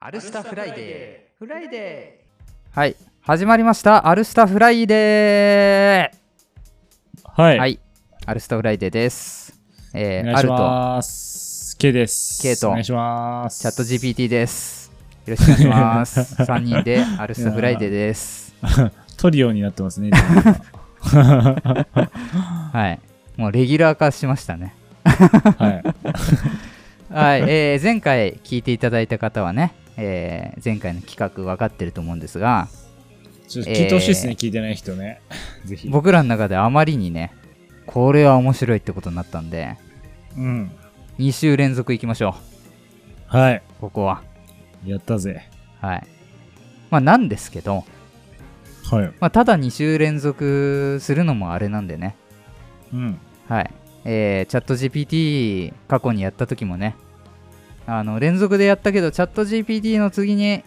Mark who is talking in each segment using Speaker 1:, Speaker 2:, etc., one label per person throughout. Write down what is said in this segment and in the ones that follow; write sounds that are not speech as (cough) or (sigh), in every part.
Speaker 1: アルスタフライデー。フライデ
Speaker 2: はい始まりましたアルスタフライデ
Speaker 3: は
Speaker 2: ー
Speaker 3: い。
Speaker 2: はいアルスタフライデーですえ
Speaker 3: お
Speaker 2: ー
Speaker 3: 願い
Speaker 2: ア
Speaker 3: し
Speaker 2: ルと
Speaker 3: ます。K です。
Speaker 2: K と
Speaker 3: お願いします。
Speaker 2: チャット GPT ですよろしくお願いします
Speaker 3: (laughs)
Speaker 2: 3人でアルスタフライデーです
Speaker 3: トリオになっ
Speaker 2: (laughs)
Speaker 3: てますね。でも今
Speaker 2: はいもうレギュラー化しましたね
Speaker 3: はい。
Speaker 2: はい、えー前回聞いていただいた方はね、えー前回の企画分かってると思うんですが
Speaker 3: ちょっと聞いてほしいですね、聞いてない人ね。ぜひ。
Speaker 2: 僕らの中であまりにねこれは面白いってことになったんで
Speaker 3: うん。
Speaker 2: 2週連続いきましょ
Speaker 3: はい。
Speaker 2: うここは
Speaker 3: やったぜ。
Speaker 2: はいまあなんですけど、
Speaker 3: はい。
Speaker 2: まあ、ただ2週連続するのもあれなんでね
Speaker 3: うん。
Speaker 2: はいえー、チャット GPT 過去にやった時もねあの連続でやったけどチャット GPT の次に、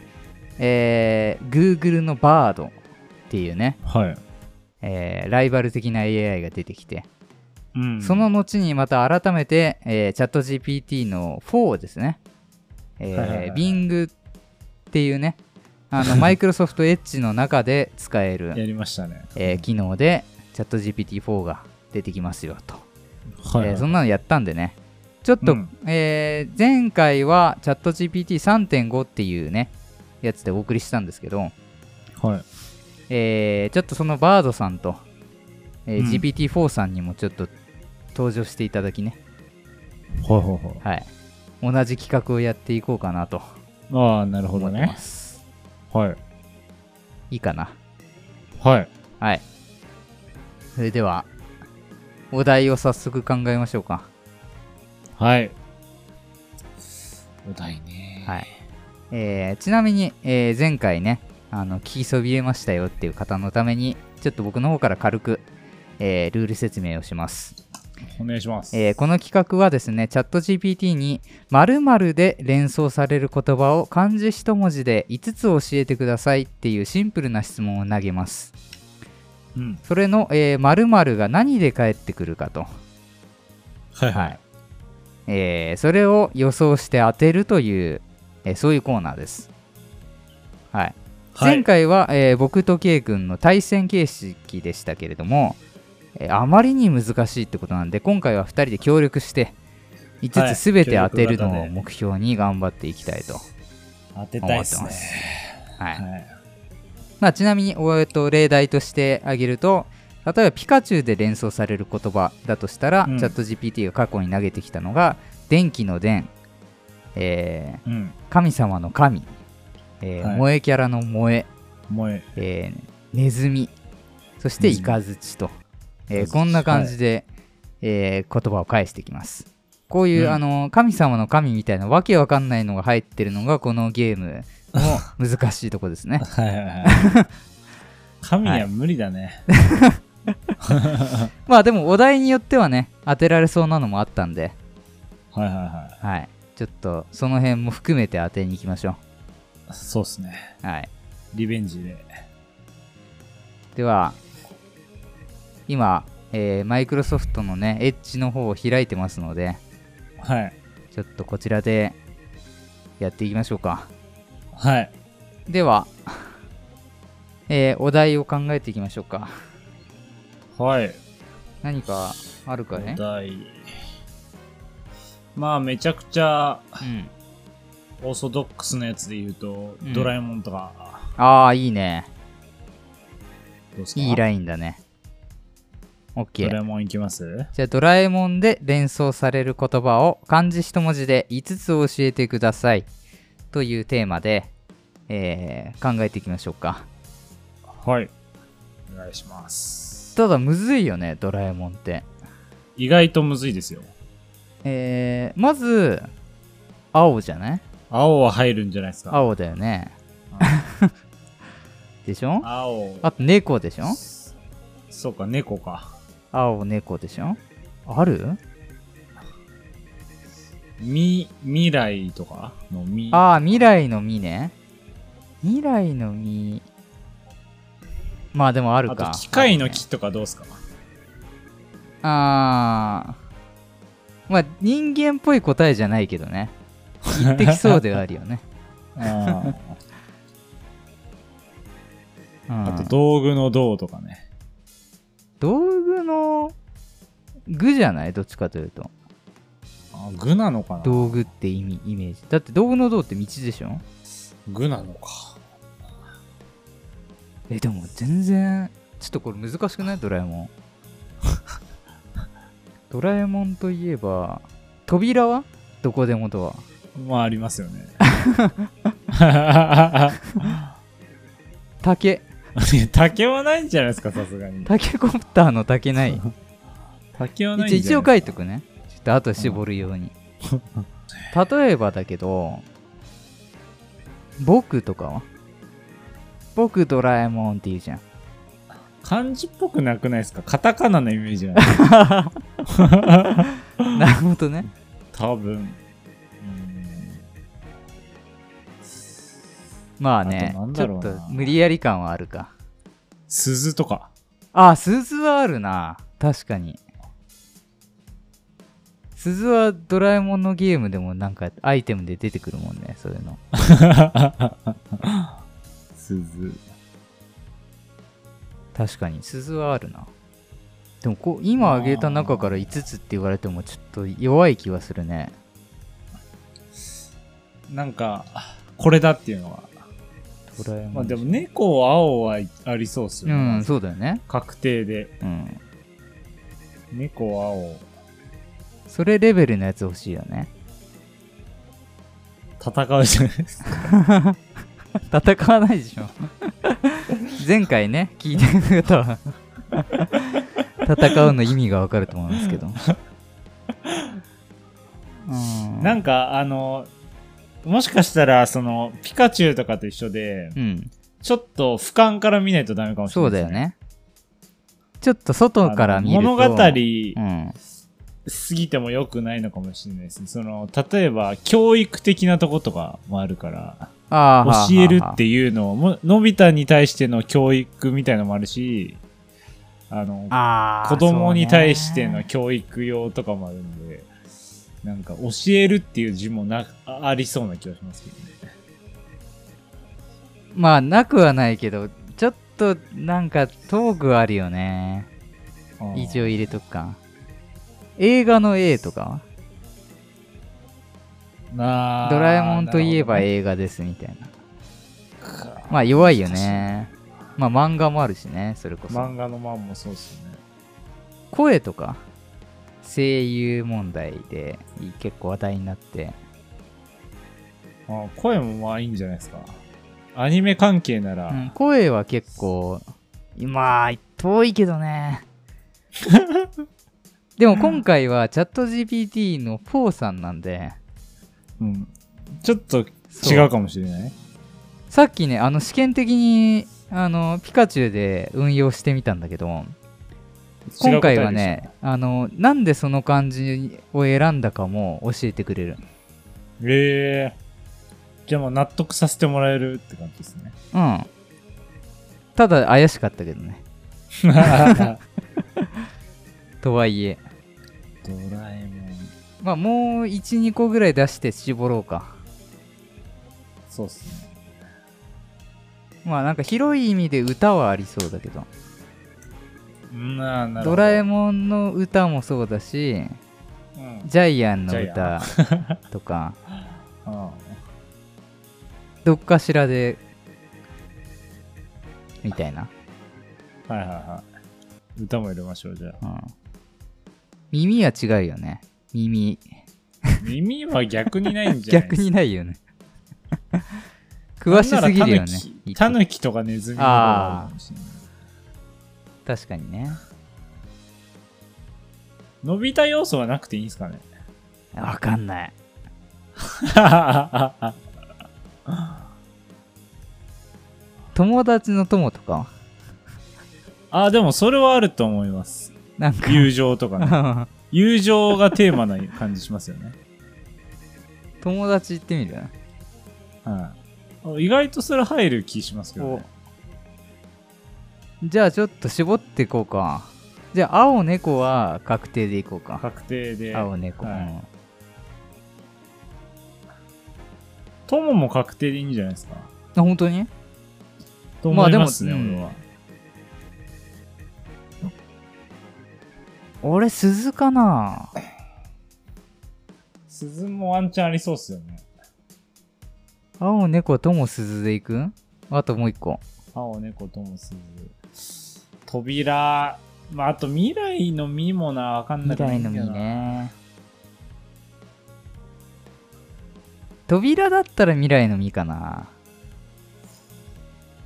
Speaker 2: えー、Google の Bard っていうね
Speaker 3: はい。
Speaker 2: えーライバル的な AI が出てきて、
Speaker 3: うん
Speaker 2: その、後にまた改めて、えーチャット GPT の4ですね、えー
Speaker 3: はいはいはいはい
Speaker 2: Bing っていうねあの (laughs) マイクロソフトエッジの中で使え
Speaker 3: や
Speaker 2: る、
Speaker 3: りましたね。
Speaker 2: えー機能でチャット GPT4 が出てきますよと、
Speaker 3: はい。
Speaker 2: えーそんなのやったんでねちょっと、
Speaker 3: うん
Speaker 2: えー前回はチャット GPT3.5 っていうねやつでお送りしたんですけど、
Speaker 3: はい。
Speaker 2: えーちょっとそのバードさんと、えー
Speaker 3: うん
Speaker 2: GPT4 さんにもちょっと登場していただきね、
Speaker 3: ほいほいほい。
Speaker 2: はい、同じ企画をやっていこうかなと
Speaker 3: ああ、なるほ
Speaker 2: 思っ
Speaker 3: ど
Speaker 2: て
Speaker 3: ね
Speaker 2: ま。す。
Speaker 3: はい。
Speaker 2: いいかな。
Speaker 3: はい。
Speaker 2: はい。それでは、お題を早速考えましょうか。
Speaker 3: はい。お題ね。
Speaker 2: はいえーちなみに、えー前回ね、あの聞きそびれましたよっていう方のために、ちょっと僕の方から軽く、えールール説明をします。
Speaker 3: お願いします。
Speaker 2: えーこの企画はですねチャット GPT に「〇〇で連想される言葉を漢字一文字で5つ教えてくださいっていうシンプルな質問を投げます
Speaker 3: うん。
Speaker 2: それの、えー、〇〇が何で返ってくるかと、
Speaker 3: はい
Speaker 2: は。いえーそれを予想して当てるという、えーそういうコーナーです、はい、前回は、えー僕と K 君の対戦形式でしたけれども、えーあまりに難しいってことなんで今回は2人で協力して
Speaker 3: は
Speaker 2: 5
Speaker 3: い
Speaker 2: つ全て当てる
Speaker 3: 協力型
Speaker 2: のを
Speaker 3: で
Speaker 2: 目標に頑張っていきたいと
Speaker 3: 当て
Speaker 2: 思って
Speaker 3: たいっ
Speaker 2: ます
Speaker 3: すね。
Speaker 2: はい
Speaker 3: はい。
Speaker 2: まあ、ちなみに、おえっと例題として挙げると例えばピカチュウで連想される言葉だとしたら、
Speaker 3: うん
Speaker 2: チャット GPT が過去に投げてきたのが電気の電、え
Speaker 3: うん。
Speaker 2: ー神様の神、えー
Speaker 3: はい
Speaker 2: 萌えキャラの萌え
Speaker 3: も
Speaker 2: (laughs)
Speaker 3: う、
Speaker 2: えーネズミそして
Speaker 3: ネズ
Speaker 2: イ
Speaker 3: ミ
Speaker 2: カズチと、えー
Speaker 3: イカズチ
Speaker 2: こんな感じで、えー言葉を返してきますこういう、
Speaker 3: うん
Speaker 2: あの神様の神みたいなわけわかんないのが入ってるのがこのゲームの難しいとこです
Speaker 3: (laughs)
Speaker 2: ね
Speaker 3: はい
Speaker 2: (laughs)
Speaker 3: はいはい。神には無理だね。
Speaker 2: まあでもお題によってはね当てられそうなのもあったんで、
Speaker 3: はいはいは
Speaker 2: はい、ちょっとその辺も含めて当てに行きましょ
Speaker 3: い。そうっすね。
Speaker 2: う、はい、
Speaker 3: リベンジで。
Speaker 2: では今マイクロソフトのねエッジの方を開いてますので
Speaker 3: はい。
Speaker 2: ちょっとこちらでやっていきましょうか。
Speaker 3: はい。
Speaker 2: では、 (laughs) えーお題を考えていきましょうか。
Speaker 3: はい。
Speaker 2: 何かあるかね
Speaker 3: お題。まあ、めちゃくちゃ
Speaker 2: うん。
Speaker 3: オーソドックスなやつで言うと、
Speaker 2: うん
Speaker 3: ドラえもんとか、
Speaker 2: ああ、いいね。
Speaker 3: どうっすか
Speaker 2: いい
Speaker 3: イ
Speaker 2: ラインだね。
Speaker 3: ドラ
Speaker 2: OK。
Speaker 3: えもんいきます
Speaker 2: じゃあ、ドラえもんで連想される言葉を漢字一文字で5つ教えてください。というテーマで、えー考えていきましょうか。
Speaker 3: はい。お願いします。
Speaker 2: ただ、むずいよね、ドラえもんって。
Speaker 3: 意外とむずいですよ。
Speaker 2: えーまず、青じゃない
Speaker 3: 青は入るんじゃないですか。
Speaker 2: 青だよね (laughs) でしょ
Speaker 3: 青。
Speaker 2: あと猫でしょ
Speaker 3: そうか、猫か。
Speaker 2: 青猫でしょある
Speaker 3: み、未来とかのみ。
Speaker 2: ああ未来の実ね未来の実まあでもある
Speaker 3: あ
Speaker 2: か
Speaker 3: と、機械の
Speaker 2: あるね
Speaker 3: 木とかどうっすか
Speaker 2: あまあ人間っぽい答えじゃないけどね言ってきそうではあるよ
Speaker 3: (laughs)
Speaker 2: ね、
Speaker 3: あ
Speaker 2: うん
Speaker 3: あと道具の道とかね。
Speaker 2: 道具の具じゃないどっちかというと
Speaker 3: あ具なのかな
Speaker 2: 道具って意味イメージだって道具の道って道でしょ
Speaker 3: 具なのか。
Speaker 2: えでも全然ちょっとこれ難しくないドラえ
Speaker 3: (laughs)
Speaker 2: もんドラえもんといえば扉はどこでもドア
Speaker 3: まあありますよね。
Speaker 2: 竹
Speaker 3: いや竹はないんじゃないですか、さすがに。
Speaker 2: 竹コプターの竹ない
Speaker 3: 竹はないんじゃない
Speaker 2: 一応書いとくねちょっと後で絞るよ
Speaker 3: (laughs)
Speaker 2: うに例えばだけど僕とかは僕ドラえもんって言うじゃん
Speaker 3: (laughs) 漢字っぽくなくないですかカタカナのイメージなんで
Speaker 2: なるほどね
Speaker 3: 多分。
Speaker 2: まあね
Speaker 3: あとなん
Speaker 2: ち
Speaker 3: だろ
Speaker 2: ょ
Speaker 3: う
Speaker 2: っ
Speaker 3: な
Speaker 2: と無理やり感はあるか
Speaker 3: 鈴とか。
Speaker 2: あ、鈴はあるな。確かに。鈴はドラえもんのゲームでもなんかアイテムで出てくるもんね、そういうの。
Speaker 3: 鈴。
Speaker 2: 確かに、鈴はあるな。でもこう、今挙げた中から5つって言われてもちょっと弱い気はするね。
Speaker 3: なんか、これだっていうのは。
Speaker 2: ドラえもん。
Speaker 3: まあでも猫、青はありそうっす
Speaker 2: う
Speaker 3: よね。
Speaker 2: ん、そうだよね。
Speaker 3: 確定で。
Speaker 2: うん。
Speaker 3: 猫、青。
Speaker 2: それレベルのやつ欲しいよね。
Speaker 3: 戦うじゃないですか。
Speaker 2: 戦わないでしょ (laughs) 前回ね聞いてる方は戦うの意味がわかると思いますけどうん
Speaker 3: なんか、あの、もしかしたら、その、ピカチュウとかと一緒で、
Speaker 2: うん
Speaker 3: ちょっと俯瞰から見ないとダメかもしれ
Speaker 2: そ
Speaker 3: な
Speaker 2: う
Speaker 3: いで
Speaker 2: だよ。
Speaker 3: す
Speaker 2: ねちょっと外から見ると
Speaker 3: あの物語
Speaker 2: うん、
Speaker 3: 過ぎても良くないのかもしれないですね。その、例えば、教育的なとことかもあるから、
Speaker 2: あー
Speaker 3: 教えるっていうのも、のび太に対しての教育みたいのもあるし、あの、
Speaker 2: あー
Speaker 3: 子供に対して
Speaker 2: そう
Speaker 3: の
Speaker 2: ね
Speaker 3: 教育用とかもあるんで、なんか、教えるっていう字もな、あありそうな気がしますけどね。
Speaker 2: まあなくはないけどちょっとなんかトークあるよね
Speaker 3: あー
Speaker 2: 一応入れとくか映画の A とかは
Speaker 3: なあ
Speaker 2: ドラえもんといえば
Speaker 3: え
Speaker 2: 映画ですみたいな。
Speaker 3: か
Speaker 2: まあ弱いよね。まあ漫画もあるしね、それこそ。
Speaker 3: 漫画のマンもそうですよね。
Speaker 2: 声とか、声優問題で結構話題になって。
Speaker 3: あ声もまあいいんじゃないですか。アニメ関係なら、
Speaker 2: うん声は結構、まあ遠いけど
Speaker 3: (laughs)
Speaker 2: ね。でも今回はチャット GPT の4さんなんで、
Speaker 3: うんちょっと
Speaker 2: そう
Speaker 3: 違うかもしれない。
Speaker 2: さっきね、あの試験的にあのピカチュウで運用してみたんだけど、今回は
Speaker 3: 違う答えで
Speaker 2: ねあのなんでその漢字を選んだかも教えてくれる
Speaker 3: したね。ええじゃあもう納得させてもらえるって感じです
Speaker 2: (laughs)
Speaker 3: ね。
Speaker 2: うんただ怪しかったけどね
Speaker 3: ドラ
Speaker 2: とはいえ
Speaker 3: えもん。
Speaker 2: まあもう12個ぐらい出して絞ろうか
Speaker 3: そうっすね。
Speaker 2: まあなんか広い意味で歌はありそうだけど
Speaker 3: うんなあなる
Speaker 2: ド
Speaker 3: ほど
Speaker 2: ラえもんの歌もそうだし
Speaker 3: うん
Speaker 2: ジャイアンの
Speaker 3: ジャイア
Speaker 2: 歌とか
Speaker 3: あ
Speaker 2: どっかしらでみたいな、
Speaker 3: あはいはいはい。歌も入れましょう、じゃ
Speaker 2: う
Speaker 3: あ。
Speaker 2: ん、耳は違うよね耳
Speaker 3: 耳は逆にないんじゃない
Speaker 2: (laughs) 逆にないよね詳しすぎるよね
Speaker 3: タヌキとかネズミの方があるかもしれない。
Speaker 2: 確かにね
Speaker 3: 伸びた要素はなくていいんですかね (laughs)
Speaker 2: わかんない友達の友とかは
Speaker 3: あ、でもそれはあると思います。
Speaker 2: なんか
Speaker 3: 友情とかね。友情がテーマな感じしますよね。
Speaker 2: (laughs) 友達行ってみる
Speaker 3: はい。意外とそれ入る気しますけど、ね。
Speaker 2: じゃあちょっと絞っていこうかじゃあ、青猫は確定でいこうか。
Speaker 3: 確定で。
Speaker 2: 青猫。
Speaker 3: はい
Speaker 2: うん
Speaker 3: トモも確定でいいんじゃないですか。
Speaker 2: あ本当に
Speaker 3: と思いますね、
Speaker 2: まあでも
Speaker 3: 俺は。
Speaker 2: 俺、鈴かな
Speaker 3: 鈴もワンチャンありそうっすよね。
Speaker 2: 青猫とも鈴でいくんあともう一個。
Speaker 3: 青猫とも鈴。扉。まあ、あと未来の実もな、わかんな
Speaker 2: 未
Speaker 3: くな
Speaker 2: 来
Speaker 3: いんだ
Speaker 2: の
Speaker 3: よ
Speaker 2: 実
Speaker 3: な。
Speaker 2: ね。扉だったら未来の実かな。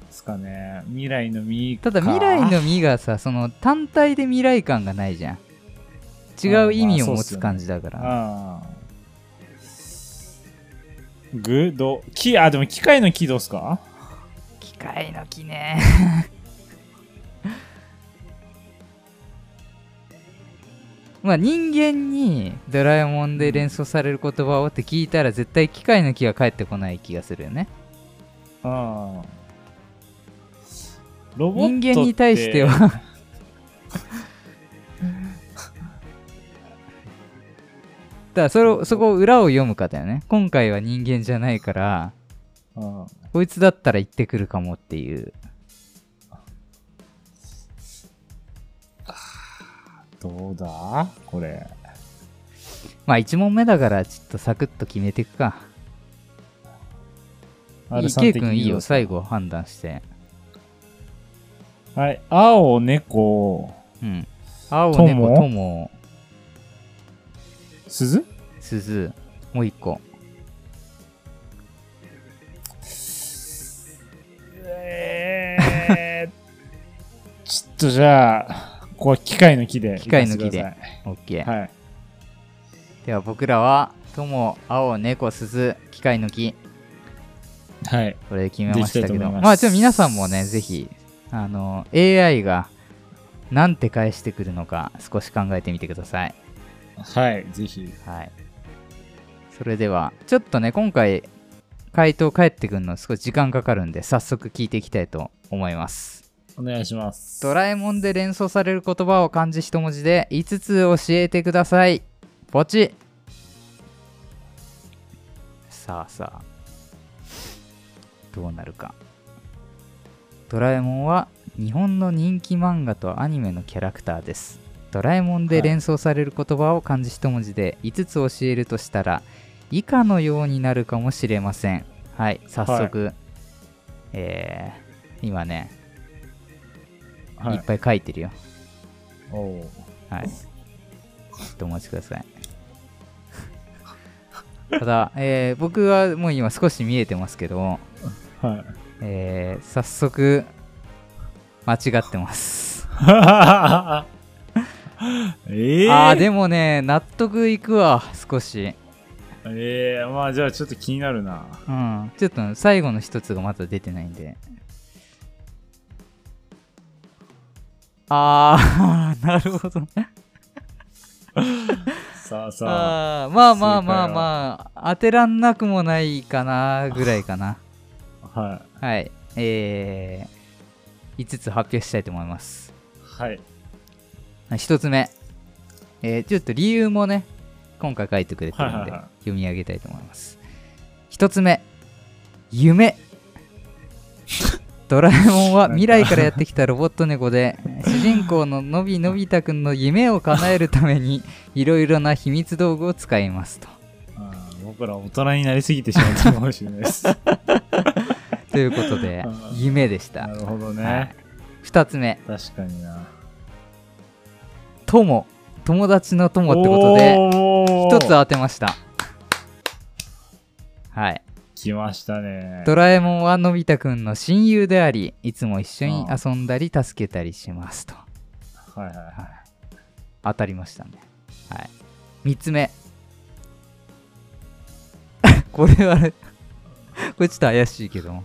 Speaker 3: ですかね。未来の実か。
Speaker 2: ただ未来の実がさ、その単体で未来感がないじゃん。違う意味を持つ感じだから。
Speaker 3: ああ。グド。木、あ、でも機械の木どうすか
Speaker 2: 機械の木ね。 (laughs) まあ人間にドラえもんで連想される言葉をって聞いたら絶対機械の木が返ってこない気がするよね。
Speaker 3: ああ。ロボッ
Speaker 2: 人
Speaker 3: トって
Speaker 2: 間に対して。 (laughs) はだからそれをそこを裏を読むかだよね今回は人間じゃないから
Speaker 3: うん
Speaker 2: こいつだったら言ってくるかもっていう
Speaker 3: どうだこれ。
Speaker 2: まあ1問目だからちょっとサクッと決めていくかいい
Speaker 3: R3
Speaker 2: K
Speaker 3: 的に
Speaker 2: 君いい
Speaker 3: ど
Speaker 2: よ
Speaker 3: うす
Speaker 2: 最後判断して
Speaker 3: はい。青、猫、
Speaker 2: うん青
Speaker 3: 友
Speaker 2: 猫友
Speaker 3: 鈴
Speaker 2: 鈴もう一個
Speaker 3: えー、 (laughs) ちょっとじゃあ、ここは機械の木で。
Speaker 2: 機械の木で
Speaker 3: 行かせてくださ
Speaker 2: OK、
Speaker 3: い。はい。
Speaker 2: では僕らは友青猫鈴機械の木
Speaker 3: はい。
Speaker 2: これで決めましたけ
Speaker 3: できた
Speaker 2: ど
Speaker 3: と思い
Speaker 2: まあ
Speaker 3: ます
Speaker 2: ちょっと皆さんもねぜひあの AI がなんて返してくるのか少し考えてみてください、
Speaker 3: はい。ぜひ。
Speaker 2: はい、それではちょっとね今回回答返ってくるの少し時間かかるんで早速聞いていきたいと思います
Speaker 3: お願いします。
Speaker 2: ドラえもんで連想される言葉を漢字一文字で5つ教えてくださいポチさあさあどうなるかドラえもんは日本の人気漫画とアニメのキャラクターですドラえもんで連想される言葉を漢字一文字で5つ教えるとしたら以下のようになるかもしれませんはい早速、えー今ね、、
Speaker 3: はい
Speaker 2: っぱい書いてるよ
Speaker 3: おう
Speaker 2: はい。ちょっとお待ちください。ただ、えー僕はもう今少し見えてますけど、 (laughs)
Speaker 3: はい。
Speaker 2: えー早速、間違ってます。
Speaker 3: ええー、
Speaker 2: あー、でもね、納得いくわ、少し。
Speaker 3: ええー、まあじゃあちょっと気になるな。
Speaker 2: うん。ちょっと最後の一つがまだ出てないんで。あー、な (laughs) るほどね。
Speaker 3: さあさあ。
Speaker 2: あーまあまあまあまあ、当てらんなくもないかな、ぐらいかな。
Speaker 3: は
Speaker 2: はい。えー、5つ発表したいと思います。
Speaker 3: い。はい。
Speaker 2: 1つ目。えーちょっと理由もね、今回書いてくれてるん
Speaker 3: はい
Speaker 2: で
Speaker 3: はいはい、
Speaker 2: 読み上げたいと思います。1つ目。夢。ドラえもんは未来からやってきたロボット猫で、主人公ののびのび太くんの夢を叶えるために、いろいろな秘密道具を使いますと。
Speaker 3: あー僕ら大人になりすぎてしまったかもしれない
Speaker 2: (laughs)
Speaker 3: です。
Speaker 2: ということ
Speaker 3: (laughs)
Speaker 2: で
Speaker 3: あー、
Speaker 2: 夢でし
Speaker 3: な
Speaker 2: た。
Speaker 3: るほど
Speaker 2: は
Speaker 3: ね
Speaker 2: い。2つ目。
Speaker 3: 確かにな。
Speaker 2: 友友達の友ってことで
Speaker 3: おー
Speaker 2: 一つ当てましたはい
Speaker 3: 来ましたね。
Speaker 2: ドラえもんはのび太くんの親友でありいつも一緒に遊んだり助けたりしますと
Speaker 3: はいはいはい。 (laughs)
Speaker 2: 当たりましたねはい3つ目 (laughs) これはねこれちょっと怪しいけども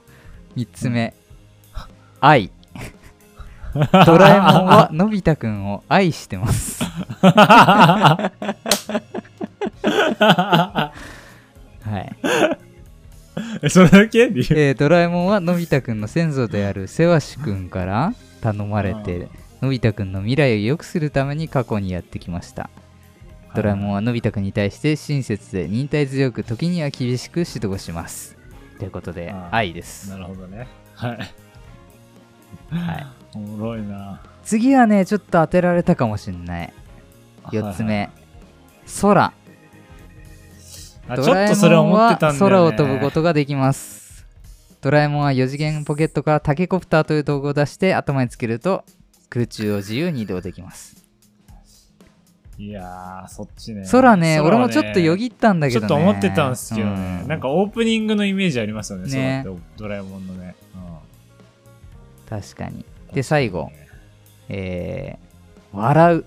Speaker 2: 3つ目
Speaker 3: (laughs)
Speaker 2: 愛ドラえもんはのび太くんを愛してますはい
Speaker 3: えそれだけ理由
Speaker 2: えードラえもんはのび太くんの先祖であるせわしくんから頼まれてのび太くんの未来を良くするために過去にやってきました (laughs) ドラえもんはのび太くんに対して親切で忍耐強く時には厳しく指導しますということで
Speaker 3: あー
Speaker 2: 愛です
Speaker 3: なるほどね。はい。
Speaker 2: はい、
Speaker 3: おもろいな。
Speaker 2: 次はねちょっと当てられたかもしんない4つ目、空
Speaker 3: はいはい。あち
Speaker 2: ド
Speaker 3: ょ
Speaker 2: ラ
Speaker 3: っ
Speaker 2: え
Speaker 3: とそれ
Speaker 2: もん
Speaker 3: 思って
Speaker 2: は
Speaker 3: たんだよ、ね。
Speaker 2: 空を飛ぶことができますドラえもんは4次元ポケットからタケコプターという道具を出して頭につけると空中を自由に移動できます
Speaker 3: いやー、そっちね。
Speaker 2: 空ね
Speaker 3: は
Speaker 2: 俺もちょっとよぎったんだけ
Speaker 3: ち
Speaker 2: どね
Speaker 3: ょっと思ってたんですけどね、
Speaker 2: う
Speaker 3: なんかオープニングのイメージありますよね、
Speaker 2: ね
Speaker 3: そうやってドラえもんのね。
Speaker 2: 確かに
Speaker 3: うん
Speaker 2: で最後えー、笑う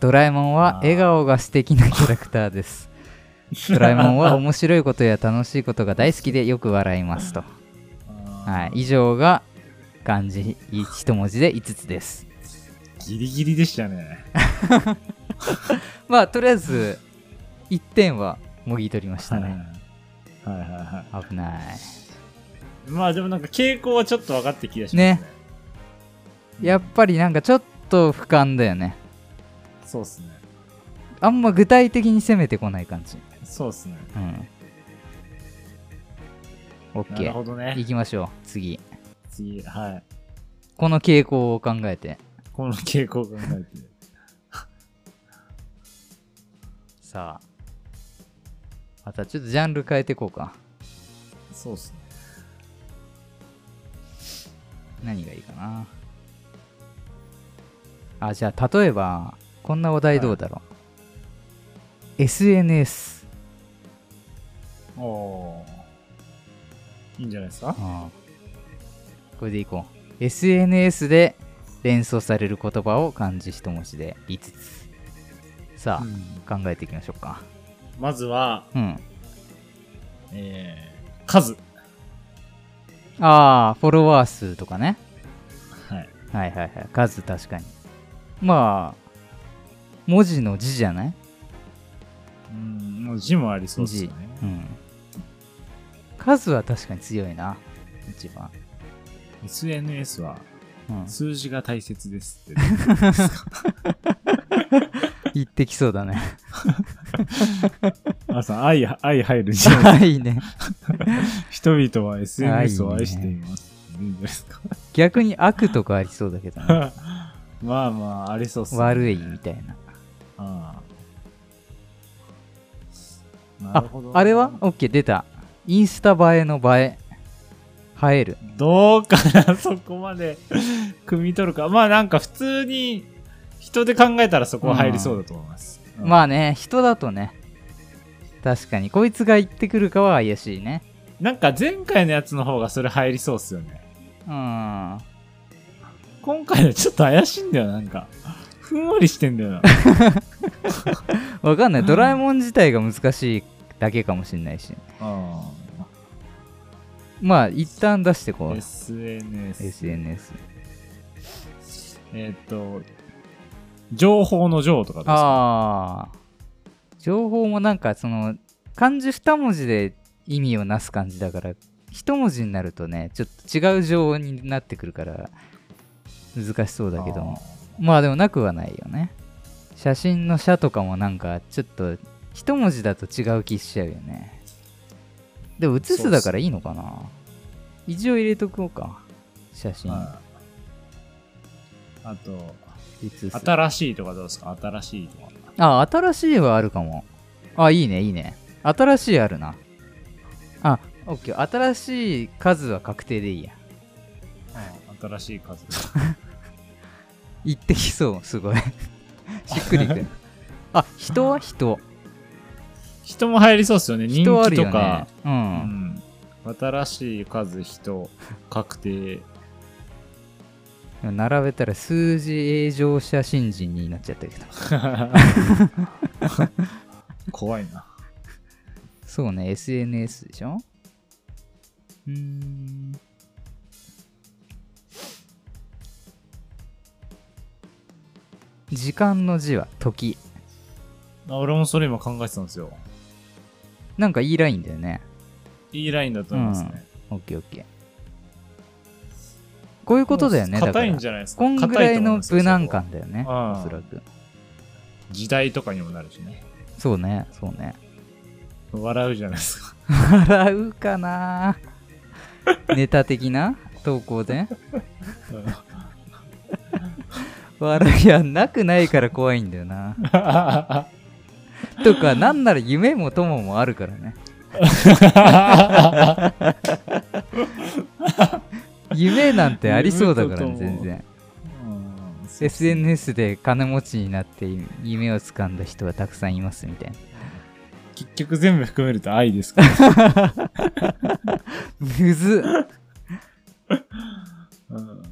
Speaker 2: ドラえもんは笑顔が素敵なキャラクターです
Speaker 3: (laughs)
Speaker 2: ドラえもんは面白いことや楽しいことが大好きでよく笑いますと、はい、以上が漢字一文字で5つです
Speaker 3: ギリギリでしたね。
Speaker 2: まあとりあえず1点はもぎ取りました
Speaker 3: はいはい
Speaker 2: ね、
Speaker 3: はいは
Speaker 2: 危ない
Speaker 3: い。まあでもなんか傾向はちょっと分かってきだしますね。
Speaker 2: ねやっぱりなんかちょっと俯瞰だよね
Speaker 3: そうっすね。
Speaker 2: あんま具体的に攻めてこない感じ
Speaker 3: そうっすね。
Speaker 2: うん
Speaker 3: なる
Speaker 2: OK
Speaker 3: ほど
Speaker 2: い
Speaker 3: ね。
Speaker 2: きましょう次
Speaker 3: 次、はい。
Speaker 2: この傾向を考えて
Speaker 3: この傾向を考えて。
Speaker 2: さあまたちょっとジャンル変えていこうか
Speaker 3: そうっすね。
Speaker 2: 何がいいかなあじゃあ例えばこんなお題どうだろう、SNS
Speaker 3: おおー。いいんじゃないですか
Speaker 2: うんこれでいこう SNS で連想される言葉を漢字一文字で5つさ
Speaker 3: うん
Speaker 2: あ、考えていきましょうか
Speaker 3: まずは、
Speaker 2: うん
Speaker 3: えー、数。
Speaker 2: ああフォロワー数とかね
Speaker 3: はい。
Speaker 2: はいはいはい数確かにまあ文字の字じゃない
Speaker 3: うん、もう字もありそうっすね。
Speaker 2: うん数は確かに強いな一番
Speaker 3: SNS は
Speaker 2: うん
Speaker 3: 数字が大切ですって。
Speaker 2: 言ってきそうだ (laughs) ね
Speaker 3: (laughs) あさん、愛、愛入るじゃん。
Speaker 2: はいね
Speaker 3: 人々は SNS
Speaker 2: 愛
Speaker 3: を
Speaker 2: いね
Speaker 3: 愛しています。いいんじゃないですか。
Speaker 2: 逆に悪とかありそうだけど、 (laughs) ね、
Speaker 3: まあまあ、ありそうっすね。
Speaker 2: 悪いみたいな
Speaker 3: ああな
Speaker 2: あ
Speaker 3: るほど。
Speaker 2: あれは ?OK 出たインスタ映えの映え映える
Speaker 3: どうかな、そこまで、 (laughs) 汲み取るか。まあなんか普通に、人で考えたらそこは入りそうだと思います。あ。
Speaker 2: まあね人だとね確かにこいつが言ってくるかは怪しいね
Speaker 3: なんか前回のやつの方がそれ入りそうっすよね。
Speaker 2: うん
Speaker 3: 今回のちょっと怪しいんだよ、なんか。ふんわりしてんだよな。
Speaker 2: わかんないドラえもん自体が難しいだけかもしれないし
Speaker 3: あ
Speaker 2: まあ一旦出してこ
Speaker 3: あ
Speaker 2: う
Speaker 3: SNS。
Speaker 2: SNS
Speaker 3: えーっと、情報の情とかですか
Speaker 2: ああ情報もなんかその漢字二文字で意味をなす感じだから一文字になるとねちょっと違う情報になってくるから難しそうだけども。まあでもなくはないよね写真の「写」とかもなんかちょっと一文字だと違う気しちゃうよねでも写すだからいいのかな一応入れとこうか写
Speaker 3: あー
Speaker 2: 真
Speaker 3: はいあと、
Speaker 2: 写す
Speaker 3: 新しいとかどうですか新しいとか。
Speaker 2: あ新しいはあるかもあいいねいいね新しいあるなあオッケー新しい数は確定でいいや
Speaker 3: うん新しい数。 (laughs)
Speaker 2: 言ってきそうすごいしっくりくるあ人は人
Speaker 3: 人も入りそうっすよね。人
Speaker 2: (laughs) 人あ
Speaker 3: 気
Speaker 2: る
Speaker 3: と
Speaker 2: よね。
Speaker 3: か
Speaker 2: う
Speaker 3: うんん。新しい数、人、確
Speaker 2: (laughs)
Speaker 3: 定。
Speaker 2: 並べたら数字営業者新人になっちゃったけど
Speaker 3: 怖いな。
Speaker 2: そうね SNS でしょうーん時間の字は時
Speaker 3: あ俺もそれ今考えてたんですよ。
Speaker 2: なんかいいラインだよね
Speaker 3: いいラインだと思いますね。
Speaker 2: オッケーオッケこういうことだよね。だか
Speaker 3: 硬い
Speaker 2: ら
Speaker 3: ん。じゃないですか。
Speaker 2: こんぐらいの無難
Speaker 3: か
Speaker 2: 感だよね。
Speaker 3: そこは
Speaker 2: おそらく。
Speaker 3: 時代とかにもなるしね。
Speaker 2: そうね、そうね。
Speaker 3: 笑うじゃないですか。
Speaker 2: 笑うかなネタ的な投稿で
Speaker 3: うん
Speaker 2: 笑いやなくないから怖いんだよな。とか、なんなら夢も友もあるからね。夢なんてありそうだからね、
Speaker 3: 夢と友
Speaker 2: 全然。
Speaker 3: うんそう
Speaker 2: SNS で金持ちになって夢を掴んだ人はたくさんいますみたいな。
Speaker 3: 結局全部含めると愛ですから。
Speaker 2: むずっ
Speaker 3: うん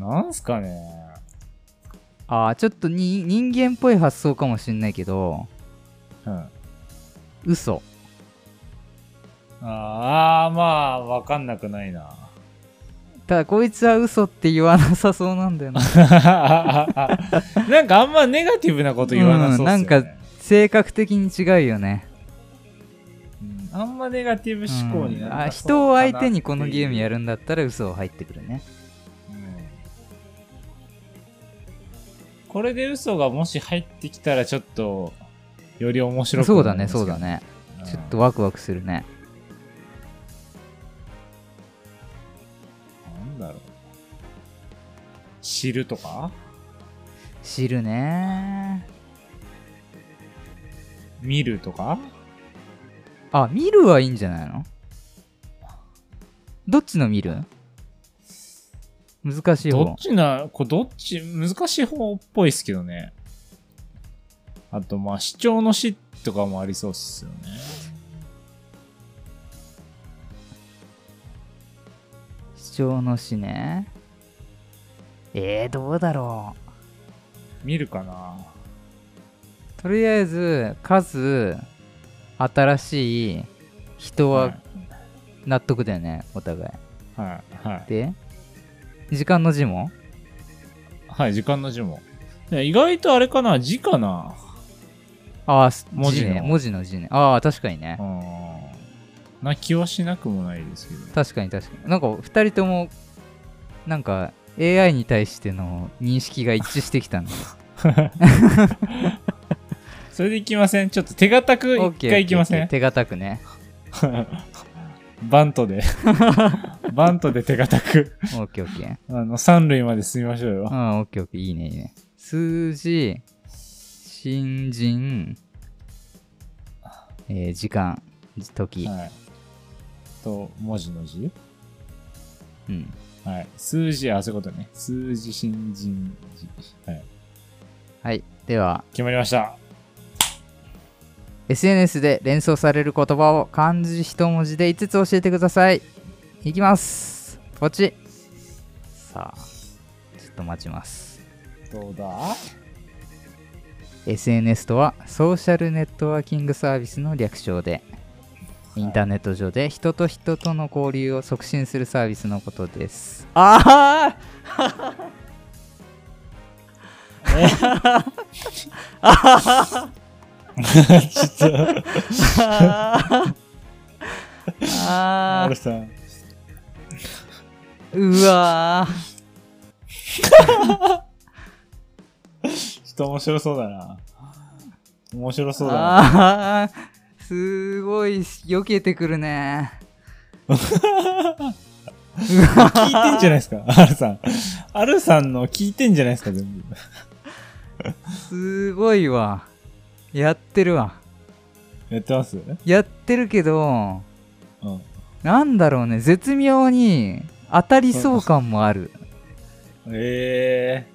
Speaker 3: なんすかね。
Speaker 2: ああ、ちょっとに人間っぽい発想かもしんないけど、
Speaker 3: うん
Speaker 2: 嘘。
Speaker 3: ああ、まあ、わかんなくないな。 (laughs)
Speaker 2: ただ、こいつは嘘って言わなさそうなんだよな。
Speaker 3: なんかあんまネガティブなこと言わなそうっすよ、
Speaker 2: う
Speaker 3: ね
Speaker 2: んなんか性格的に違うよね。
Speaker 3: うんあんまネガティブ思考にな
Speaker 2: う
Speaker 3: ら
Speaker 2: ん
Speaker 3: な
Speaker 2: あ
Speaker 3: そうか
Speaker 2: 人を
Speaker 3: な
Speaker 2: 相手にこのゲームや
Speaker 3: る、
Speaker 2: るんだったら嘘を入ってくるね。
Speaker 3: うんこれで嘘がもし入ってきたらちょっとより面白く
Speaker 2: そう
Speaker 3: な
Speaker 2: だ
Speaker 3: りま
Speaker 2: ね、
Speaker 3: すけ
Speaker 2: そ
Speaker 3: ど
Speaker 2: うだ、ね。
Speaker 3: うん
Speaker 2: ちょっとワクワクするね。
Speaker 3: なんだろう知るとか
Speaker 2: 知るね。
Speaker 3: 見るとか
Speaker 2: あ、見るはいいんじゃないのどっちの見る難しい
Speaker 3: どっ
Speaker 2: 方。
Speaker 3: ちな、これどっち、難しい方っぽいですけどね。あと、まあ、視聴の死とかもありそうっすよね。
Speaker 2: 主張の死ね。えー、どうだろう。
Speaker 3: 見るかな
Speaker 2: とりあえず、数、新しい、人
Speaker 3: は、
Speaker 2: はい納得だよね、お互い。
Speaker 3: はい、はい。
Speaker 2: で、時間の字も
Speaker 3: はい、時間の字も。ね意外とあれかな字かな
Speaker 2: ああ、す
Speaker 3: 文字の
Speaker 2: ね。文字の字ね。ああ、確かにね
Speaker 3: う。ん。な気はしなくもないですけど。
Speaker 2: 確かに確かに。なんか、二人とも、なんか、AI に対しての認識が一致してきた
Speaker 3: (laughs)
Speaker 2: の。
Speaker 3: それでいきませんちょっと手堅く
Speaker 2: オッ
Speaker 3: 一
Speaker 2: ケー
Speaker 3: 回いきませ
Speaker 2: オッケーオッケー手
Speaker 3: ん
Speaker 2: 堅くね。 (laughs)
Speaker 3: バントで。バントで手堅く。
Speaker 2: オッケーオッケー。
Speaker 3: あの、三塁まで進みましょう
Speaker 2: う
Speaker 3: よ。
Speaker 2: ん、オッケーオッケー。いいね、いいね。数字、新人、えー時間、時。
Speaker 3: はい。と、文字の字
Speaker 2: うん。
Speaker 3: はい。数字、あ、そういうことね。数字、新人、字。はい。
Speaker 2: はい。では、
Speaker 3: 決まりました。
Speaker 2: SNS で連想される言葉を漢字一文字で5つ教えてくださいいきますポチさあちょっと待ちます
Speaker 3: どうだ
Speaker 2: SNS とはソーシャルネットワーキングサービスの略称でインターネット上で人と人との交流を促進するサービスのことですあ (laughs) ー (laughs) あーあ
Speaker 3: あ
Speaker 2: ー
Speaker 3: るさん。
Speaker 2: うわー
Speaker 3: ちょっと面白そうだな。面白そうだな。
Speaker 2: あーすごい避けてくるね
Speaker 3: 聞いてんじゃないですか、アルさん。アルさんの聞いてんじゃないですか、全部。
Speaker 2: すごいわやってるわ
Speaker 3: やってます
Speaker 2: やってるけど
Speaker 3: うん。
Speaker 2: なんだろうね絶妙に当たりそう感もある
Speaker 3: ええ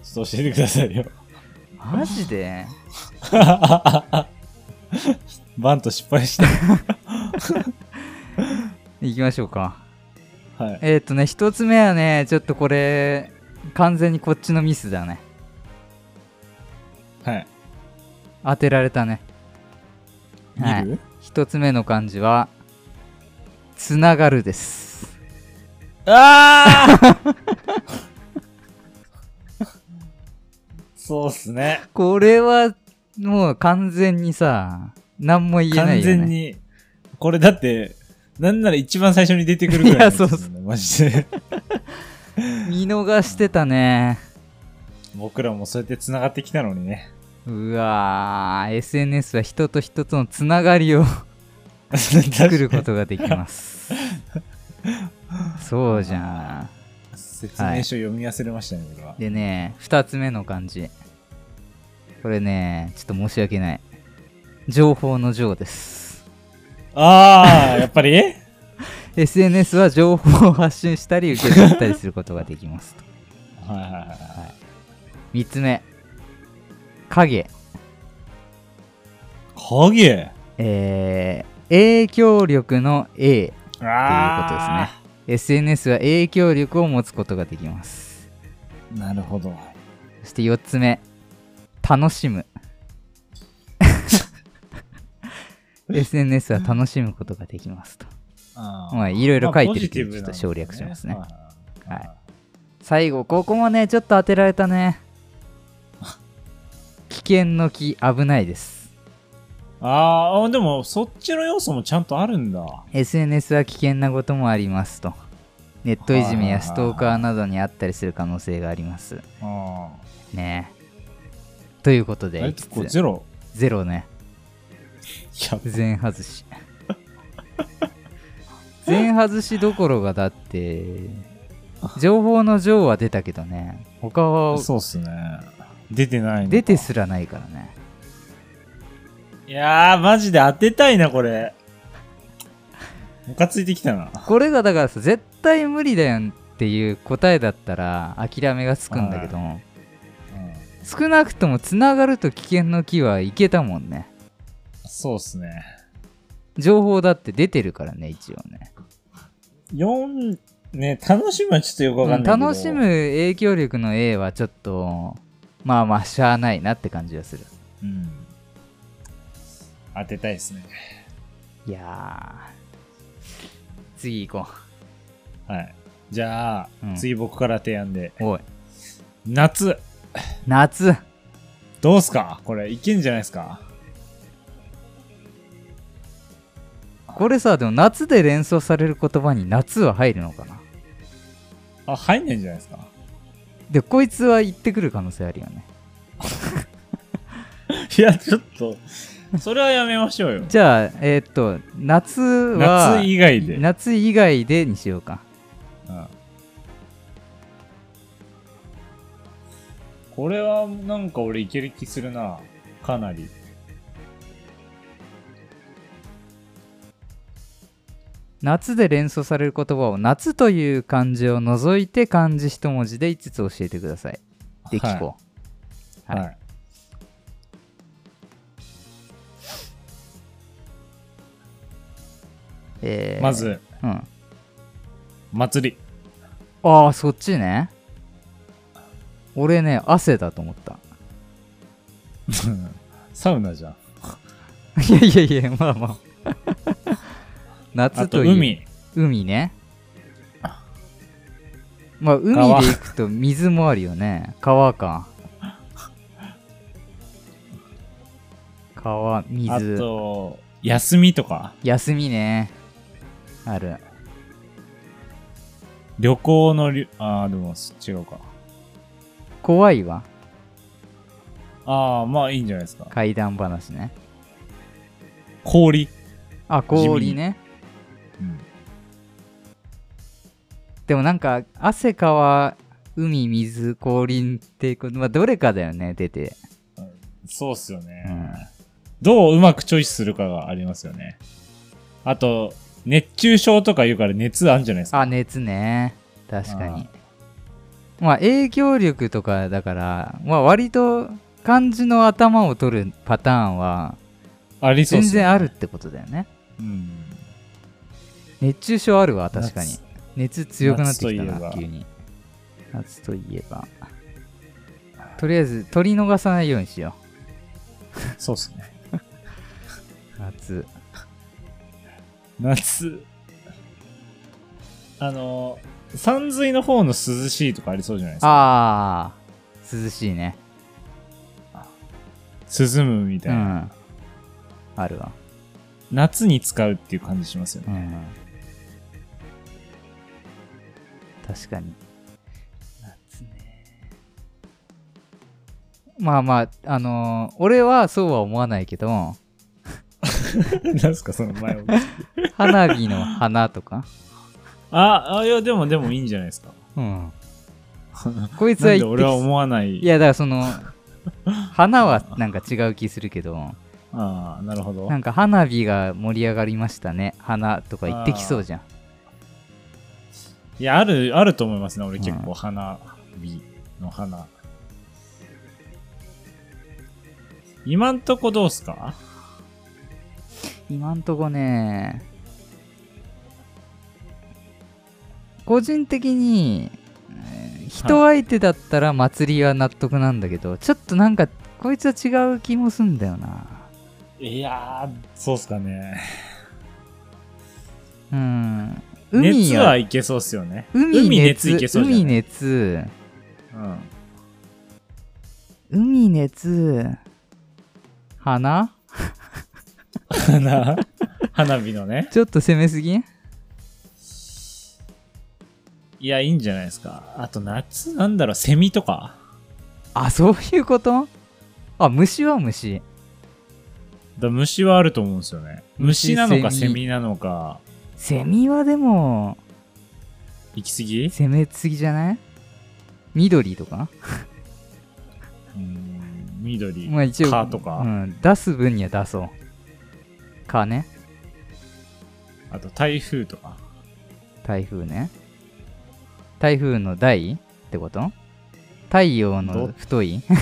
Speaker 3: ー。ちょっと教えてくださいよ。 (laughs)
Speaker 2: マジで
Speaker 3: バント失敗した。
Speaker 2: いきましょうか
Speaker 3: はい。
Speaker 2: えっ、ー、とね一つ目はねちょっとこれ完全にこっちのミスだね
Speaker 3: はい。
Speaker 2: 当てられたねは
Speaker 3: 見
Speaker 2: い
Speaker 3: る、
Speaker 2: 一つ目の漢字はつながるです
Speaker 3: ああそうっすね。
Speaker 2: (laughs) これはもう完全にさ、何も言えな
Speaker 3: 完
Speaker 2: いよね。
Speaker 3: 全に。これだって、なんなら一番最初に出てくるぐらいの
Speaker 2: いやそうそう
Speaker 3: ですよねマジで。 (laughs)
Speaker 2: 見逃してたね。
Speaker 3: 僕らもそうやって繋がってきたのにね。
Speaker 2: うわー、SNS は人と人とのつながりを作
Speaker 3: 作
Speaker 2: ることができます。そうじゃん。
Speaker 3: (laughs) 説明書読み忘れましたね、僕は。
Speaker 2: でね、二つ目の漢字。これね、ちょっと申し訳ない。情報の情です。
Speaker 3: ああ、やっぱ (laughs) り
Speaker 2: SNS は情報を発信したり受け取ったりすることができますと。 (laughs)
Speaker 3: はいはいはいはい。
Speaker 2: 三つ目。影。
Speaker 3: 影
Speaker 2: えー、影響力の A。
Speaker 3: ああ
Speaker 2: SNS は影響力を持つことができます。
Speaker 3: ということですね。なるほど。
Speaker 2: そして四つ目。楽しむ。SNS は楽しむことができますと。
Speaker 3: あー
Speaker 2: まあ、いろいろ書いてるけど、
Speaker 3: ま
Speaker 2: ちょっ
Speaker 3: あポ
Speaker 2: と
Speaker 3: ジティ
Speaker 2: 省
Speaker 3: ブなん
Speaker 2: 略
Speaker 3: です
Speaker 2: し
Speaker 3: ね
Speaker 2: ますね。
Speaker 3: はい
Speaker 2: はい最後、ここもね、ちょっと当てられたね。危険の木、危ないです。
Speaker 3: ああ、でもそっちの要素もちゃんとあるんだ。
Speaker 2: SNS は危険なこともありますと。ネットいじめやストーカーなどにあったりする可能性があります。
Speaker 3: あ
Speaker 2: ねえということ
Speaker 3: ー
Speaker 2: で、
Speaker 3: あれ結構
Speaker 2: 5
Speaker 3: ゼロ。
Speaker 2: ゼロね。
Speaker 3: やば
Speaker 2: 全外し。全外しどころがだって、情報の情は出たけどね、他は
Speaker 3: そうっすね。出てないのか
Speaker 2: 出てすらないからね。
Speaker 3: いやー、マジで当てたいな、これ。ムカついてきたな。
Speaker 2: これがだからさ絶対無理だよっていう答えだったら諦めがつくんだけども
Speaker 3: うん
Speaker 2: 少なくともつながると危険の木はいけたもんね
Speaker 3: そうっすね。
Speaker 2: 情報だって出てるからね一応ね、
Speaker 3: 4、ね、楽しむはちょっとよくわかんないけど、
Speaker 2: 楽しむ。影響力の A はちょっとまあまあしゃあないなって感じがする
Speaker 3: うん。当てたいですね。
Speaker 2: いやー次行こ
Speaker 3: はい。じゃあ、
Speaker 2: うん
Speaker 3: 次僕から提案で。
Speaker 2: うおい
Speaker 3: 夏、
Speaker 2: 夏
Speaker 3: どうっすかこれ、いけんじゃないですか
Speaker 2: これさでも夏で連想される言葉に夏は入るのかな
Speaker 3: あ、入んないんじゃないですか
Speaker 2: でこいつは言ってくる可能性あるよね
Speaker 3: いや、ちょっと、それはやめましょう
Speaker 2: (laughs)
Speaker 3: よ。
Speaker 2: じゃあえーっと夏は
Speaker 3: 夏以外で。
Speaker 2: 夏以外でにしようか
Speaker 3: うんこれはなんか俺いける気するな。かなり。
Speaker 2: 夏で連想される言葉を夏という漢字を除いて漢字一文字で5つ教えてくださいで聞こう
Speaker 3: はい。
Speaker 2: はい
Speaker 3: はい
Speaker 2: えー
Speaker 3: まず、
Speaker 2: うん
Speaker 3: 祭り。
Speaker 2: ああそっちね俺ね汗だと思った (laughs)
Speaker 3: サウナじゃん。
Speaker 2: いやいやいやまあまあ (laughs)
Speaker 3: あ
Speaker 2: 夏
Speaker 3: と
Speaker 2: という
Speaker 3: 海。
Speaker 2: 海ねまあ海で行くと水もあるよね川か川
Speaker 3: あ
Speaker 2: 水
Speaker 3: と、休みとか、
Speaker 2: 休みねある
Speaker 3: 旅行のり、ああ、でも違うか。
Speaker 2: 怖いわ
Speaker 3: ああ、まあいいんじゃないですか。
Speaker 2: 怪談話ね
Speaker 3: 氷。
Speaker 2: あ氷ね
Speaker 3: うん。
Speaker 2: でもなんか汗川海水氷ってこう、まあ、どれかだよね出て
Speaker 3: そうっすよね。
Speaker 2: うん
Speaker 3: どううまくチョイスするかがありますよね。あと、熱中症とか言うから熱あるんじゃないですか。
Speaker 2: あ熱ね確かにまあ影響力とかだから、まあ、割と漢字の頭を取るパターンは
Speaker 3: ありそう
Speaker 2: 全
Speaker 3: っすよね
Speaker 2: 然あるってことだよね
Speaker 3: うん。
Speaker 2: 熱中症あるわ確かに
Speaker 3: 夏
Speaker 2: 熱強くなってきた
Speaker 3: 夏といえ
Speaker 2: な
Speaker 3: ば
Speaker 2: 急に夏といえばとりあえず取り逃さないようにしよ
Speaker 3: そうっすね。
Speaker 2: う夏
Speaker 3: 夏。あの、山水の方の涼しいとかありそうじゃないですか。
Speaker 2: あー涼しいね
Speaker 3: 涼むみた
Speaker 2: う
Speaker 3: いな。
Speaker 2: んあるわ
Speaker 3: 夏に使うっていう感じしますよ
Speaker 2: う
Speaker 3: ね。
Speaker 2: ん確かに。夏ね。まあまあ、あのー俺はそうは思わないけど、
Speaker 3: (laughs)
Speaker 2: (laughs)
Speaker 3: 何すか、その前置き
Speaker 2: 花火の花とか。
Speaker 3: あ、あ、いや、でも、でもいいんじゃないです
Speaker 2: (laughs)
Speaker 3: か。
Speaker 2: うん。こいつ
Speaker 3: な
Speaker 2: は
Speaker 3: んで
Speaker 2: 言って
Speaker 3: 俺は
Speaker 2: き
Speaker 3: 思わない。
Speaker 2: いや、だからその、花はなんか違う気するけ
Speaker 3: (laughs)
Speaker 2: ど、
Speaker 3: ああ、なるほど
Speaker 2: な。んか花火が盛り上がりましたね。花とか言ってきそうじゃん。
Speaker 3: いや、ある、あると思いますね。俺
Speaker 2: うん
Speaker 3: 結構、花火の花。今んとこどうすか
Speaker 2: 今んとこね、個人的に、えー人相手だったら祭りは納得なんだけど、ちょっとなんか、こいつは違う気もすんだよな。
Speaker 3: いやー、そうっすかね。
Speaker 2: うん。海
Speaker 3: 熱は
Speaker 2: や、
Speaker 3: いけそうっすよね。
Speaker 2: 海熱、
Speaker 3: いけそうじゃない
Speaker 2: 海熱、
Speaker 3: うん。
Speaker 2: 海熱、花
Speaker 3: 花 (laughs) 花火のね。
Speaker 2: ちょっと攻めすぎ
Speaker 3: いや、いいんじゃないですか。あと、夏、なんだろう、セミとか
Speaker 2: あ、そういうことあ、虫は虫。
Speaker 3: だ虫はあると思うんですよね。
Speaker 2: 虫
Speaker 3: 虫なのか、
Speaker 2: セ
Speaker 3: セ
Speaker 2: ミ
Speaker 3: ミなのか、
Speaker 2: セミはでも、
Speaker 3: 行き過ぎう
Speaker 2: 攻めすぎじゃない緑とか
Speaker 3: ーん、緑、
Speaker 2: まあ一応、
Speaker 3: 蚊とか、
Speaker 2: うん、出す分には出そう。蚊ね。
Speaker 3: あと台風とか。
Speaker 2: 台風ね。台風の台ってこと太陽の太い (laughs)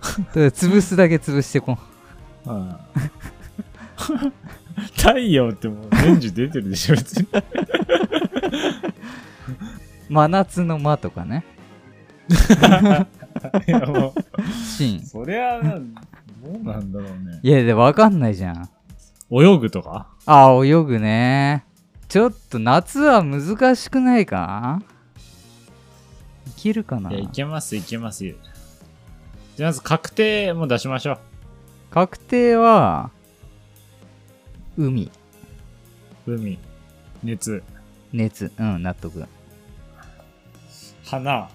Speaker 2: 潰すだけ潰してこう。
Speaker 3: うん、太陽ってもう年中出てるでしょ、別 (laughs) に。
Speaker 2: 真夏の間とかね。
Speaker 3: いや、も
Speaker 2: シ
Speaker 3: う、
Speaker 2: ーン。
Speaker 3: そりゃ、どうなんだろうね。
Speaker 2: いや、で、わかんないじゃん。
Speaker 3: 泳ぐとか
Speaker 2: あ、泳ぐね。ちょっと夏は難しくないかいけるかない
Speaker 3: や、いけます、いけますよ。じゃあ、まず確定も出しましょう。
Speaker 2: 確定は、海、
Speaker 3: 海、熱、
Speaker 2: 熱、うん、納得。
Speaker 3: 花、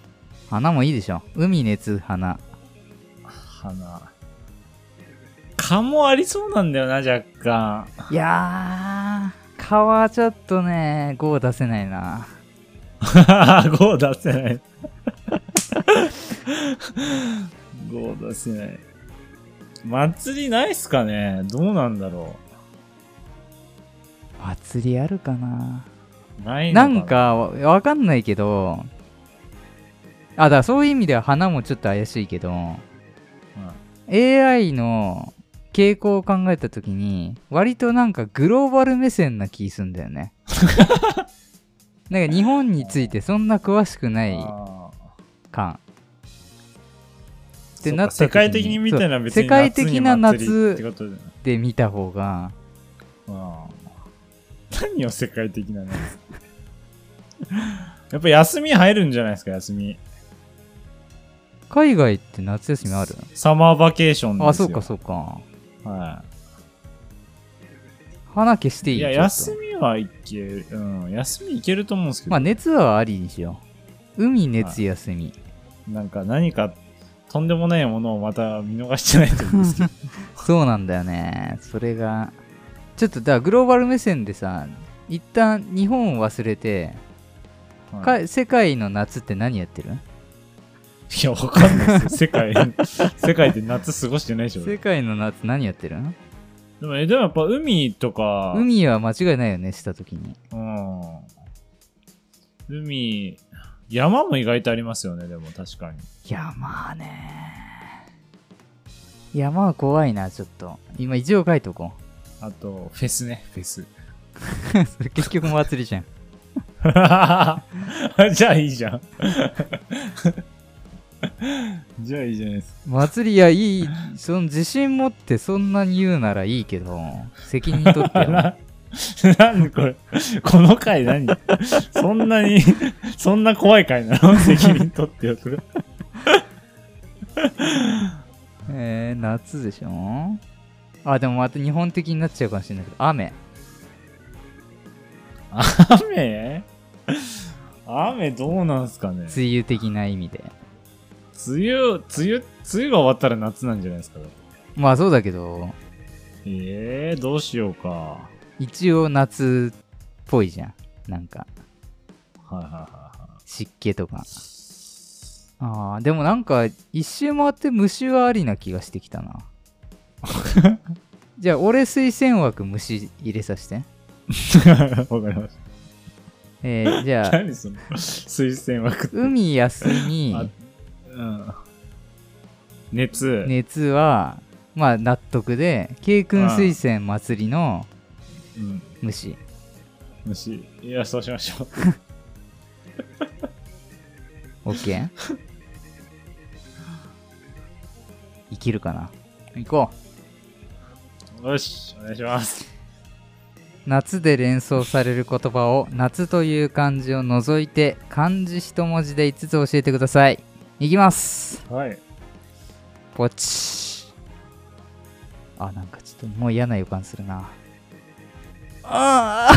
Speaker 2: 花もいいでしょ。海、熱、花。
Speaker 3: 花。蚊もありそうなんだよな、若干。
Speaker 2: いやー、蚊はちょっとね、5出せないな。
Speaker 3: (laughs) 5出せない。5出せない。祭りないっすかねどうなんだろ
Speaker 2: 祭りあるかな。
Speaker 3: うないの
Speaker 2: な
Speaker 3: かなん
Speaker 2: かわわかんないけど、あ、だからそういう意味では花もちょっと怪しいけど、AI の傾向を考えた時に割となんかグローバル目線な気すんだよ
Speaker 3: (laughs)
Speaker 2: ねなんか日本についてそんな詳しくな
Speaker 3: うん
Speaker 2: い
Speaker 3: あ
Speaker 2: 感
Speaker 3: ー
Speaker 2: てなった時
Speaker 3: そっか世界的に見たら別
Speaker 2: そう
Speaker 3: に
Speaker 2: 世界的な夏
Speaker 3: 祭りってことだよ
Speaker 2: で見た方が
Speaker 3: なうん何を世界的な夏やっぱ休み入るんじゃないですか休み
Speaker 2: 海外って夏休みある
Speaker 3: サマーバケーションですよ
Speaker 2: あそうかそうか
Speaker 3: は
Speaker 2: 花消して
Speaker 3: い、
Speaker 2: いい
Speaker 3: いや
Speaker 2: ちょっと
Speaker 3: 休みはいける、うん、休みいけると思うんですけど、
Speaker 2: まあ熱はありにしよう海熱休み
Speaker 3: なんか何かとんでもないものをまた見逃してないと思うんですけど。
Speaker 2: そうなんだよね。それが。ちょっと、だからグローバル目線でさ、一旦日本を忘れて、
Speaker 3: (laughs) は
Speaker 2: か
Speaker 3: い、
Speaker 2: 世界の夏って何やってる
Speaker 3: いや、わかんないですよ。世 (laughs) 界、世界で夏過ごしてないでしょ。
Speaker 2: 世
Speaker 3: で
Speaker 2: 界の夏何やってる
Speaker 3: も、えでもやっぱ海とか、
Speaker 2: 海は間違いないよね、した時に。
Speaker 3: うん。海、山も意外とありますよね、でも確かに。
Speaker 2: 山ね。山は怖いな、ちょっと。今、一応書いとこ
Speaker 3: あと、フェスね、フェス。
Speaker 2: う。それ (laughs) 結局祭りじゃん。
Speaker 3: (laughs) じゃあいいじゃん。じゃあいいじゃないですか。
Speaker 2: 祭りやいい、その自信持ってそんなに言うならいいけど、責任取ってよ。
Speaker 3: な、 (laughs) なんこれ、この回何そんなに、そんな怖い回なの (laughs) 責任取ってよとか。
Speaker 2: えー、夏でしょあ、でもまた日本的になっちゃうかもしれないけど、雨。
Speaker 3: 雨雨どうなんすかね
Speaker 2: 梅雨的な意味で。
Speaker 3: 梅雨、梅雨、梅雨が終わったら夏なんじゃないですか。
Speaker 2: まあそうだけど、
Speaker 3: ええどうしようか。は
Speaker 2: 一応夏っぽいじゃん。なんか、
Speaker 3: いはいはいは
Speaker 2: 湿気とか。ああ、でもなんか、一周回って虫はありな気がしてきたな。 (laughs) じゃあ、俺推薦枠虫入れさせて。
Speaker 3: い。わかりまし
Speaker 2: えーじ
Speaker 3: た。 (laughs)
Speaker 2: ゃあ、
Speaker 3: 何その推薦枠って。
Speaker 2: 海休み、
Speaker 3: あうん。熱。
Speaker 2: 熱は、まあ納得で、K 君推薦祭りの
Speaker 3: うん。
Speaker 2: 虫。
Speaker 3: 虫。いや、そうしましょう。
Speaker 2: OK? 生きるかな行こう。
Speaker 3: よし、お願いします。
Speaker 2: 夏で連想される言葉を夏という漢字を除いて漢字一文字で5つ教えてください。いきます。
Speaker 3: はい。
Speaker 2: ポチ。あ、なんかちょっともう嫌な予感するな。あ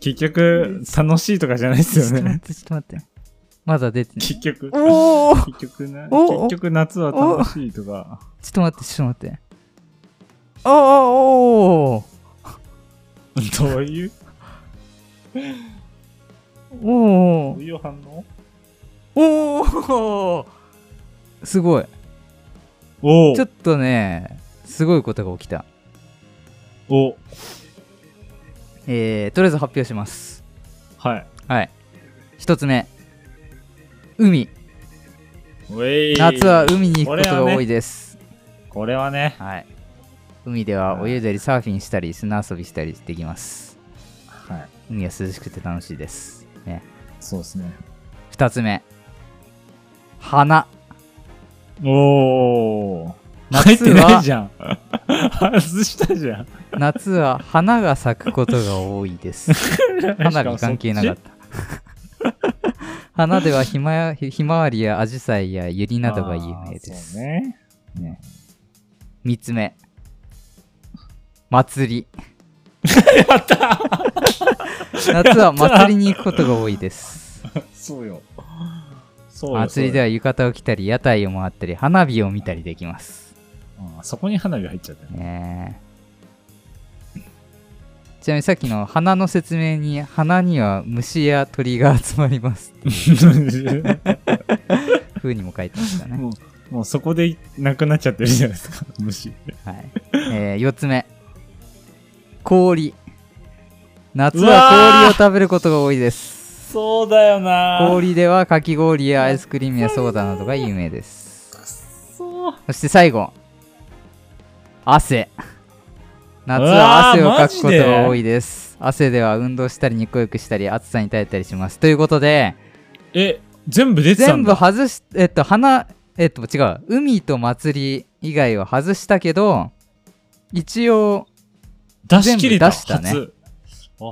Speaker 3: 結局、楽しいとかじゃないです
Speaker 2: ーちょっ
Speaker 3: よ
Speaker 2: と待っ
Speaker 3: ね。
Speaker 2: て、ちょっと待って。まだ出てない。
Speaker 3: 結局。
Speaker 2: おおちょ
Speaker 3: 結局な、
Speaker 2: おお
Speaker 3: 結局夏は楽しいとか。
Speaker 2: っと待って、ちょっと待って。ああ、おー
Speaker 3: どういう、
Speaker 2: お
Speaker 3: ど
Speaker 2: ー
Speaker 3: ういう反応
Speaker 2: おおすごい。
Speaker 3: おお
Speaker 2: ちょっとね、すごいことが起きた。
Speaker 3: お
Speaker 2: えー、とりあえず発表します。
Speaker 3: はい。
Speaker 2: はい。一つ目。海。
Speaker 3: おい
Speaker 2: 夏は海に行くことが多いです。
Speaker 3: これはね、
Speaker 2: はい、海では泳いだりサーフィンしたり砂遊びしたりできます。
Speaker 3: はい。
Speaker 2: 海は涼しくて楽しいです。ね。
Speaker 3: そうですね。
Speaker 2: 二つ目。花。
Speaker 3: おお入っ
Speaker 2: 夏
Speaker 3: てない
Speaker 2: は、
Speaker 3: じゃん。 (laughs) 外したじゃん。
Speaker 2: 夏は花が咲くことが多いです。 (laughs) 花火関係なかった。花ではひまやひまわりやアジサイやユリなどが有名で
Speaker 3: あーそう
Speaker 2: す。
Speaker 3: ね。
Speaker 2: ね三つ目。祭 (laughs) り。
Speaker 3: やった
Speaker 2: 夏は祭りに行くことが多いです。
Speaker 3: そうよ。そうよ。
Speaker 2: 祭りで
Speaker 3: よ。
Speaker 2: は浴衣を着たり、屋台を回ったり、花火を見たりできます。
Speaker 3: あーそこに花火入っち
Speaker 2: (laughs)
Speaker 3: ゃったね。
Speaker 2: ねえちなみにさっきの花の説明に、花には虫や鳥が集まります。風にも書いてましたね。
Speaker 3: もう、もうそこでなくなっちゃってるじゃないですか、 (laughs) 虫。
Speaker 2: はい。えー、4つ目。氷。夏
Speaker 3: うわ
Speaker 2: は
Speaker 3: ー
Speaker 2: 氷を食べることが多いです。
Speaker 3: そうだよな
Speaker 2: 氷ではかき氷やアイスクリームやソーダなどが有名です。
Speaker 3: そう。
Speaker 2: そして最後。汗。夏は汗
Speaker 3: う
Speaker 2: を
Speaker 3: わー
Speaker 2: かくこ
Speaker 3: マ
Speaker 2: と
Speaker 3: ジで
Speaker 2: が多いです。汗では運動したり、日光浴したり、暑さに耐えたりします。ということで、
Speaker 3: え、全部出てた
Speaker 2: 全
Speaker 3: ん
Speaker 2: 部
Speaker 3: だ。
Speaker 2: 外し、えっと、花、えっと、違う、海と祭り以外は外したけど、一応、
Speaker 3: 出し切れた。
Speaker 2: 全部出したね
Speaker 3: 初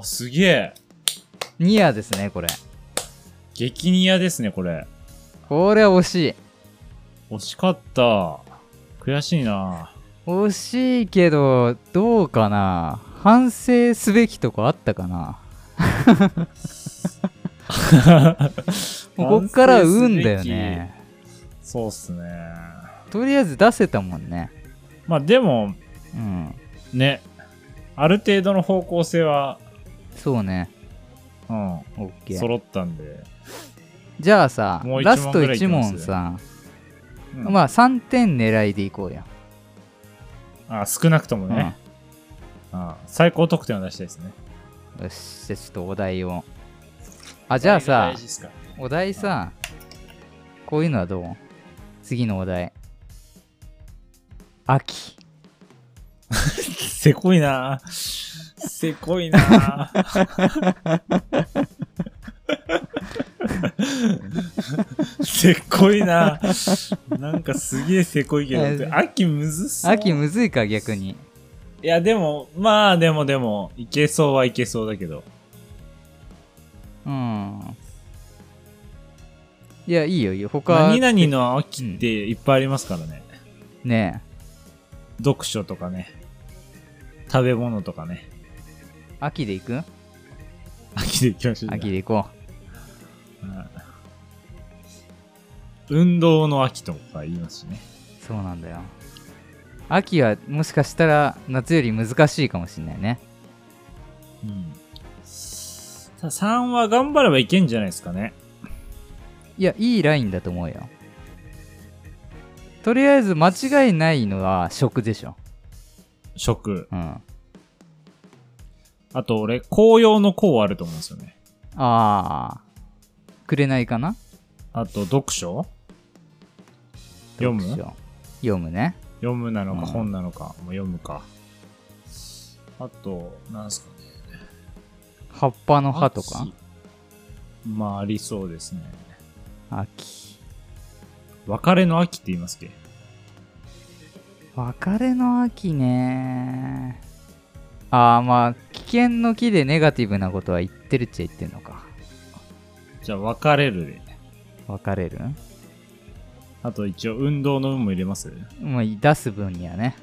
Speaker 3: あ、すげえ。
Speaker 2: ニアですね、これ。
Speaker 3: 激ニアですね、これ。
Speaker 2: これは惜しい。
Speaker 3: 惜しかった。悔しいな
Speaker 2: 惜しいけど、どうかな反省すべきとこあったかなも (laughs) うこっからは運だよね。
Speaker 3: そうっすね。
Speaker 2: とりあえず出せたもんね。
Speaker 3: まあでも、
Speaker 2: うん。
Speaker 3: ね、ある程度の方向性は、
Speaker 2: そうね。
Speaker 3: うん、
Speaker 2: OK。
Speaker 3: 揃ったんで。
Speaker 2: じゃあさ
Speaker 3: もう、一
Speaker 2: ラス
Speaker 3: 問
Speaker 2: ト
Speaker 3: ぐらいいき
Speaker 2: 1
Speaker 3: ます
Speaker 2: 問さ、
Speaker 3: うん
Speaker 2: まあ3点狙いでいこうや。
Speaker 3: あ、少なくとも
Speaker 2: うん。
Speaker 3: ね、あ最高得点を出したいですね。
Speaker 2: よし、じゃあちょっとお題を。あ、じゃあさ
Speaker 3: 大、事っすか
Speaker 2: お題さ、こういうのはどう次のお題。秋。
Speaker 3: せこいなせこいなせこいななんかすげえせこいけ
Speaker 2: え
Speaker 3: ど、秋むずそう。
Speaker 2: 秋むずいか、逆に。
Speaker 3: いや、でも、まあ、でもでも、いけそうはいけそうだけど。
Speaker 2: うん。いや、いいよ、いいよ。他
Speaker 3: 何、々の秋っていっぱいありますからね。
Speaker 2: ね
Speaker 3: 読書とかね。食べ物とかね。
Speaker 2: 秋で行く
Speaker 3: 秋で行きましょう。
Speaker 2: 秋で行こ
Speaker 3: うん運動の秋とか言いますしね。
Speaker 2: う。そうなんだよ。秋はもしかしたら夏より難しいかもしれないね。
Speaker 3: うん。さ3は頑張ればいけんじゃないですかね。
Speaker 2: いや、いいラインだと思うよ。とりあえず間違いないのは食でしょ。
Speaker 3: 食。
Speaker 2: うん。あ
Speaker 3: あと俺、紅葉の紅あると思うんですよね。
Speaker 2: あー。くれないかな
Speaker 3: あと、読書読む
Speaker 2: どうしよう読むね。
Speaker 3: 読むなのか
Speaker 2: うん
Speaker 3: 本なのか、もう読むか。あと、なんすかね。
Speaker 2: 葉っぱの葉とか
Speaker 3: 秋。まあ、ありそうですね。
Speaker 2: 秋。
Speaker 3: 別れの秋って言いますっけ
Speaker 2: 別れの秋ねああまあ危険の木でネガティブなことは言ってるっちゃ言ってるのか
Speaker 3: じゃあ、別れるで。
Speaker 2: 別れる
Speaker 3: あと一応、運動の運も入れます
Speaker 2: まあ出す分にはね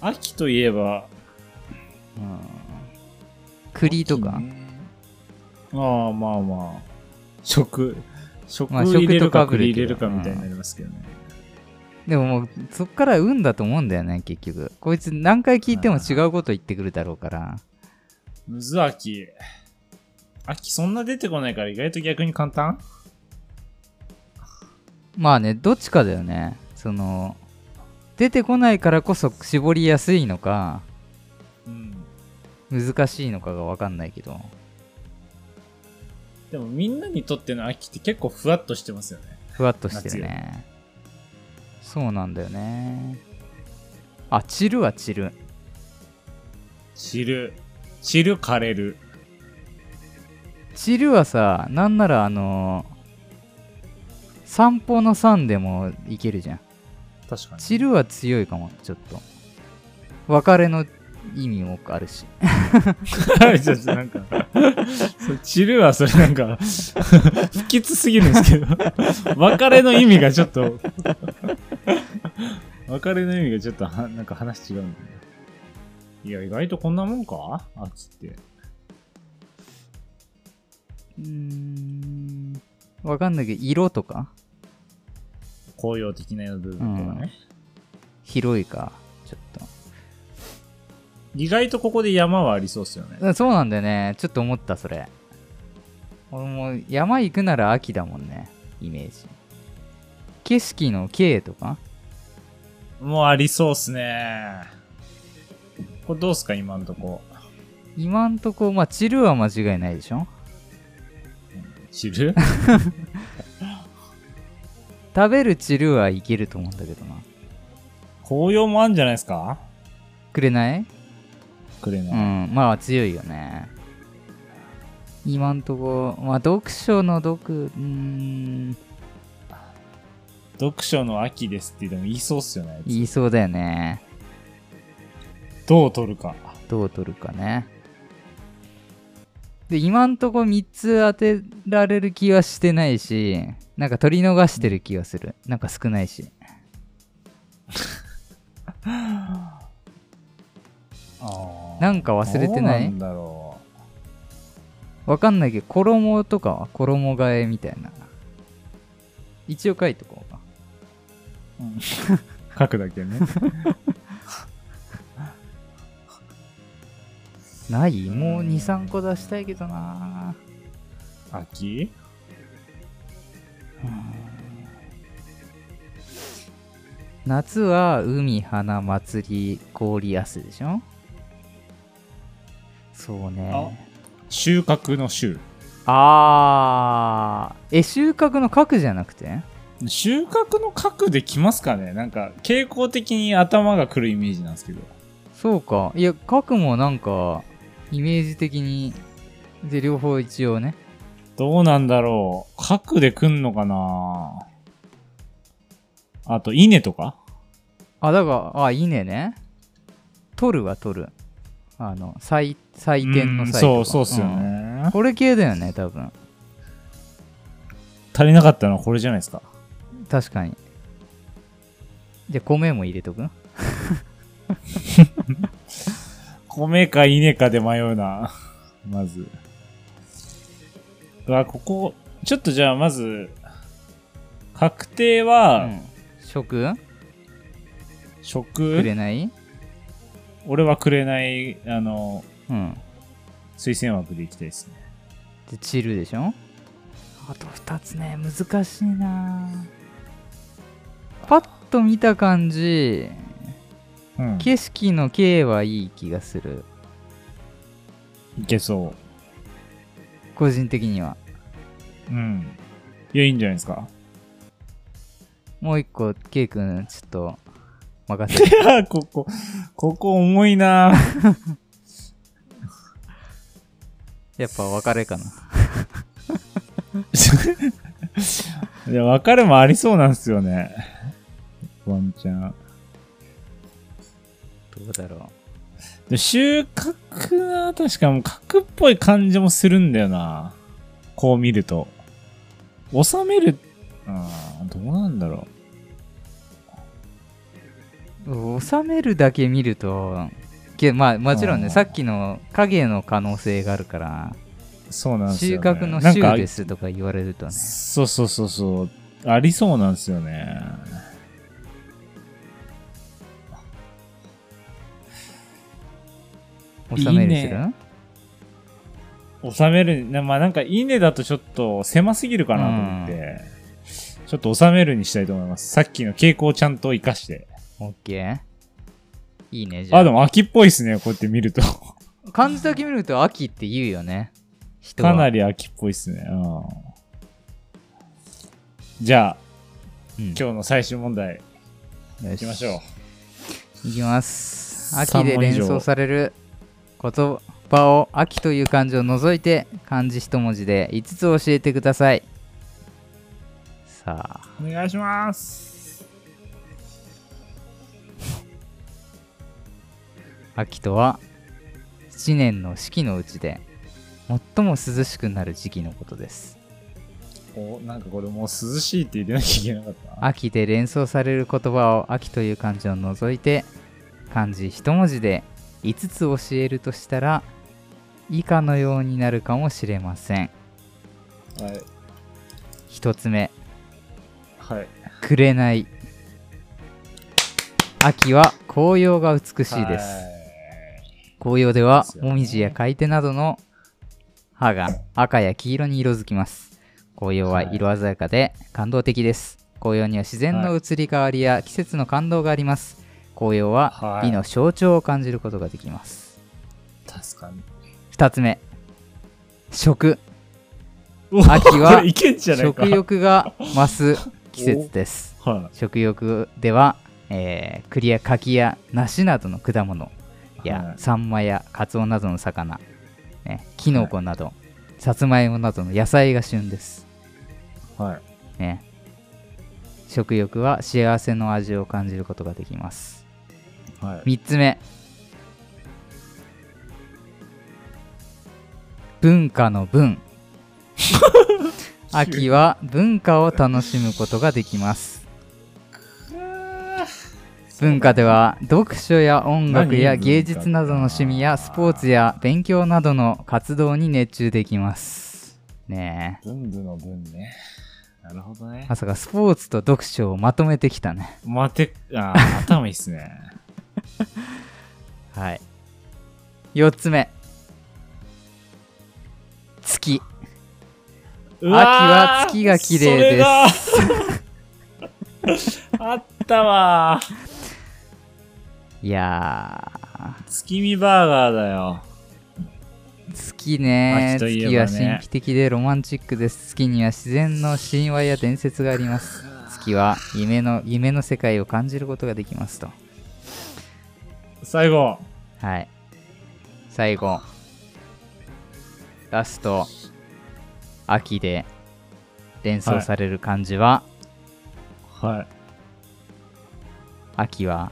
Speaker 3: 秋といえば、
Speaker 2: うん栗とか、
Speaker 3: 秋ねああ、まあまあ。食、食
Speaker 2: まあ
Speaker 3: 入れ
Speaker 2: 食と
Speaker 3: るか
Speaker 2: かぶ
Speaker 3: 栗
Speaker 2: るけど
Speaker 3: 入れるかみたいになりますけどね。
Speaker 2: でももうそっから運だと思うんだよね結局こいつ何回聞いても違うこと言ってくるだろうから
Speaker 3: むず秋。秋そんな出てこないから意外と逆に簡単
Speaker 2: まあねどっちかだよねその出てこないからこそ絞りやすいのか
Speaker 3: うん。
Speaker 2: 難しいのかが分かんないけど
Speaker 3: でもみんなにとっての秋って結構ふわっとしてますよね。
Speaker 2: ふわっとしてるねそうなんだよねあ散るは散る
Speaker 3: 散る。散る枯れる。
Speaker 2: 散るはさなんならあの散歩の散でもいけるじゃん
Speaker 3: 確かに。
Speaker 2: 散るは強いかもちょっと別れの意味もあるし
Speaker 3: ちょっとなんか、そう散るはそれなんか、不吉すぎるんですけど、別れの意味がちょっと、別れの意味がちょっとは、なんか話違うんだね。いや、意外とこんなもんか秋って。
Speaker 2: うーんわかんないけど色とか
Speaker 3: 紅葉的な部分とかね。
Speaker 2: 広いかちょっと
Speaker 3: 意外とここで山はありそうっすよね。
Speaker 2: うんそうなんだよねちょっと思ったそれ俺も山行くなら秋だもんねイメージ景色の景とか
Speaker 3: もうありそうっすね。これどうっすか今んとこ。
Speaker 2: 今んとこまあ散るは間違いないでしょ
Speaker 3: 散る
Speaker 2: 食べる散るはいけると思うんだけどな
Speaker 3: 紅葉もあんじゃないですか
Speaker 2: くれない
Speaker 3: くれ
Speaker 2: う
Speaker 3: ない。
Speaker 2: んまあ強いよね今んとこまあ読書の読うーん
Speaker 3: 読書の秋ですってでも言いそうっすよね。あいつ
Speaker 2: 言いそうだよね
Speaker 3: どう取るか。
Speaker 2: どう取るかねで今んとこ3つ当てられる気はしてないしなんか取り逃してる気がするなんか少ないしなんか忘れてな
Speaker 3: どうないんだろ
Speaker 2: わかんないけど衣とかは衣替えみたいな一応書いとこうか
Speaker 3: う。書くだけね。
Speaker 2: ないもう
Speaker 3: うん
Speaker 2: 23個出したいけどな
Speaker 3: (laughs) 秋
Speaker 2: 夏は海花祭り氷汗でしょそうね
Speaker 3: 収穫の収。
Speaker 2: あーえ収穫の核じゃなくて
Speaker 3: 収穫の核できますかねなんか傾向的に頭が来るイメージなんですけど。
Speaker 2: そうかいや核もなんかイメージ的にで両方一応ね
Speaker 3: どうなんだろう。核で来んのかなあと、稲とか
Speaker 2: あだからあ稲ね取るは取るあの採採点の
Speaker 3: うん
Speaker 2: 採
Speaker 3: そう、そうっすよ
Speaker 2: ん
Speaker 3: ね、
Speaker 2: これ系だよね多分
Speaker 3: 足りなかったのはこれじゃないですか。
Speaker 2: 確かにじゃあ米も入れとく
Speaker 3: 米か稲かで迷うな。 (laughs) まず。うわ、ここ、ちょっとじゃあまず、確定は、
Speaker 2: うん食
Speaker 3: 食、
Speaker 2: くれない
Speaker 3: 俺はくれない、あの、
Speaker 2: うん。
Speaker 3: 推薦枠でいきたいですね。
Speaker 2: で、チルでしょあと2つね、難しいなパッと見た感じ、
Speaker 3: うん。
Speaker 2: 景色の K はいい気がする。
Speaker 3: いけそ
Speaker 2: 個人的には。
Speaker 3: う。うん。いや、いいんじゃないですか。
Speaker 2: もう一個、K 君、ちょっと、任 (laughs) せて。
Speaker 3: いや、ここ、ここ重いな (laughs)
Speaker 2: やっぱ別れかな。
Speaker 3: いや、別れもありそうなんですよね。ワンチャン。
Speaker 2: どうだろ
Speaker 3: で収穫は確かもう角っぽい感じもするんだよな。こう見ると。収める、うん、どうなんだろ
Speaker 2: う。収めるだけ見ると、けまあ、もちろん
Speaker 3: う
Speaker 2: ね、
Speaker 3: ん
Speaker 2: さっきの影の可能性があるから、
Speaker 3: う。そうなんです
Speaker 2: 収
Speaker 3: よ、ね。
Speaker 2: 穫の週で
Speaker 3: です
Speaker 2: とか言われるとね。
Speaker 3: そうそうそうそう。ありそうなんですよね。
Speaker 2: 収めるにす
Speaker 3: いい
Speaker 2: る
Speaker 3: ね収める、なまあなんか稲だとちょっと狭すぎるかなと思って、ちょっと収めるにしたいと思います。さっきの傾向をちゃんと活かして。
Speaker 2: オッケーいいね、じゃあ。
Speaker 3: あ、でも秋っぽいですね、こうやって見
Speaker 2: (laughs)
Speaker 3: ると。
Speaker 2: 漢字だけ見ると秋って言うよね。人は
Speaker 3: かなり秋っぽいっすね。うん。じゃあ、
Speaker 2: うん
Speaker 3: 今日の最終問題
Speaker 2: よ
Speaker 3: いきましょう。
Speaker 2: いきます。
Speaker 3: 三
Speaker 2: 秋で
Speaker 3: 問以上
Speaker 2: 連想される言葉を秋という漢字を除いて漢字一文字で5つ教えてください。さあ、
Speaker 3: お願いします。
Speaker 2: 秋とは7年の四季のうちで最も涼しくなる時期のことです。
Speaker 3: おなんかこれもう涼しいって入れなきゃいけなかったな。
Speaker 2: 秋で連想される言葉を秋という漢字を除いて漢字一文字で5つ教えるとしたら以下のようになるかもしれません
Speaker 3: はい。
Speaker 2: 1つ目
Speaker 3: はい。
Speaker 2: 「紅」秋は紅葉が美しいです、紅葉では
Speaker 3: ですよね
Speaker 2: もみじや買い手などの葉が赤や黄色に色づきます紅葉は色鮮やかで感動的です紅葉には自然の移り変わりや季節の感動があります紅葉は
Speaker 3: はい
Speaker 2: 美の象徴を感じることができます
Speaker 3: はい。確かに。
Speaker 2: 2つ目食
Speaker 3: お
Speaker 2: 秋は
Speaker 3: これいけんじゃないか。
Speaker 2: 食欲が増す季節です
Speaker 3: は
Speaker 2: 食欲では、えー栗や柿や梨などの果物や、
Speaker 3: はい
Speaker 2: サンマやカツオなどの魚、ね、キノコなど、さつまいもなどの野菜が旬です、
Speaker 3: い。はい。
Speaker 2: ね、食欲は幸せの味を感じることができます
Speaker 3: はい。
Speaker 2: 3つ目文化の
Speaker 3: (laughs)
Speaker 2: 文秋は文化を楽しむことができます文化では読書や音楽や
Speaker 3: 何文化
Speaker 2: 芸術などの趣味やスポーツや勉強などの活動に熱中できますね
Speaker 3: 文部の文ね。なるほど
Speaker 2: え
Speaker 3: ね。
Speaker 2: まさかスポーツと読書をまとめてきたね
Speaker 3: 待て、あー頭いいっ
Speaker 2: (laughs)
Speaker 3: すね。
Speaker 2: はい4つ目月
Speaker 3: 秋
Speaker 2: 秋は月が綺麗です
Speaker 3: す。あったわー。
Speaker 2: いやー
Speaker 3: 月見バーガーだよ。
Speaker 2: 月ね
Speaker 3: 秋とい
Speaker 2: 月
Speaker 3: えば
Speaker 2: は
Speaker 3: ね
Speaker 2: 神秘的でロマンチックです月には自然の神話や伝説があります月は夢の夢の世界を感じることができますと
Speaker 3: 最後。
Speaker 2: はい。最後。ラスト。秋で連想される漢字は、
Speaker 3: はい。
Speaker 2: 秋は、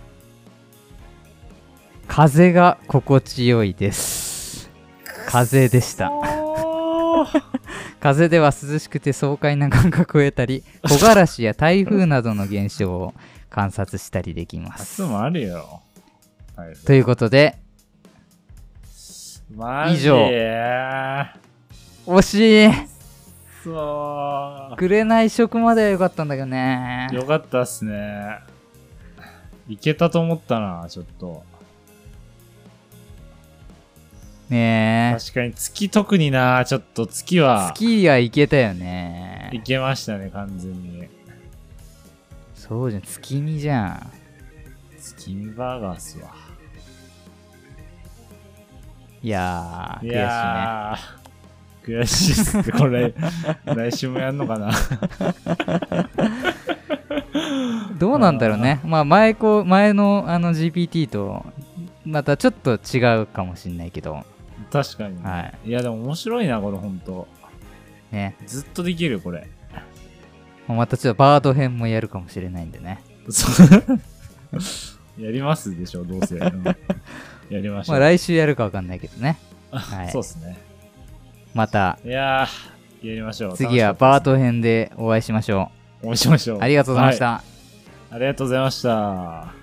Speaker 2: 風が心地よいです。風でした。風では涼しくて爽快な感覚を得たり、木枯らしや台風などの現象を観察したりできます
Speaker 3: 夏。もあるよ。はい
Speaker 2: ということで、
Speaker 3: マジ
Speaker 2: 以上惜しい
Speaker 3: そう。
Speaker 2: くれない食まではよかったんだけどね。
Speaker 3: よかったっすね。いけたと思ったな、ちょっと。
Speaker 2: ねえ。
Speaker 3: 確かに月特にな、ちょっと月は
Speaker 2: スキーはいけたよ
Speaker 3: い
Speaker 2: ね。
Speaker 3: けましたね、完全に。
Speaker 2: そうじゃん、月見じゃん。
Speaker 3: 月見バーガーっすわ。
Speaker 2: いやー、(laughs) 悔しい
Speaker 3: い
Speaker 2: ね。
Speaker 3: やー、悔しいっす
Speaker 2: (laughs)
Speaker 3: ね、これ。来週もやんのかな。
Speaker 2: どうなんだろうね。まあ前こう、前のあの GPT と、またちょっと違うかもしんないけど、
Speaker 3: 確かに、ね。
Speaker 2: はい
Speaker 3: や、でも面白いな、これ、ほんと。
Speaker 2: ね。
Speaker 3: ずっとできる、これ。
Speaker 2: またちょっとバード編もやるかもしれないんでね。
Speaker 3: そう (laughs) やりますでしょ、どうせ。うんやりましょ
Speaker 2: まあ
Speaker 3: う。
Speaker 2: 来週やるかわかんないけど
Speaker 3: (laughs)
Speaker 2: ね。はい
Speaker 3: そうっすね。
Speaker 2: また
Speaker 3: いやー、やりましょう。
Speaker 2: 次はバー
Speaker 3: ー
Speaker 2: ト編でお会いしましょ
Speaker 3: お会いしましょう。
Speaker 2: う。ありがとうございまし
Speaker 3: は
Speaker 2: た。
Speaker 3: いありがとうございました。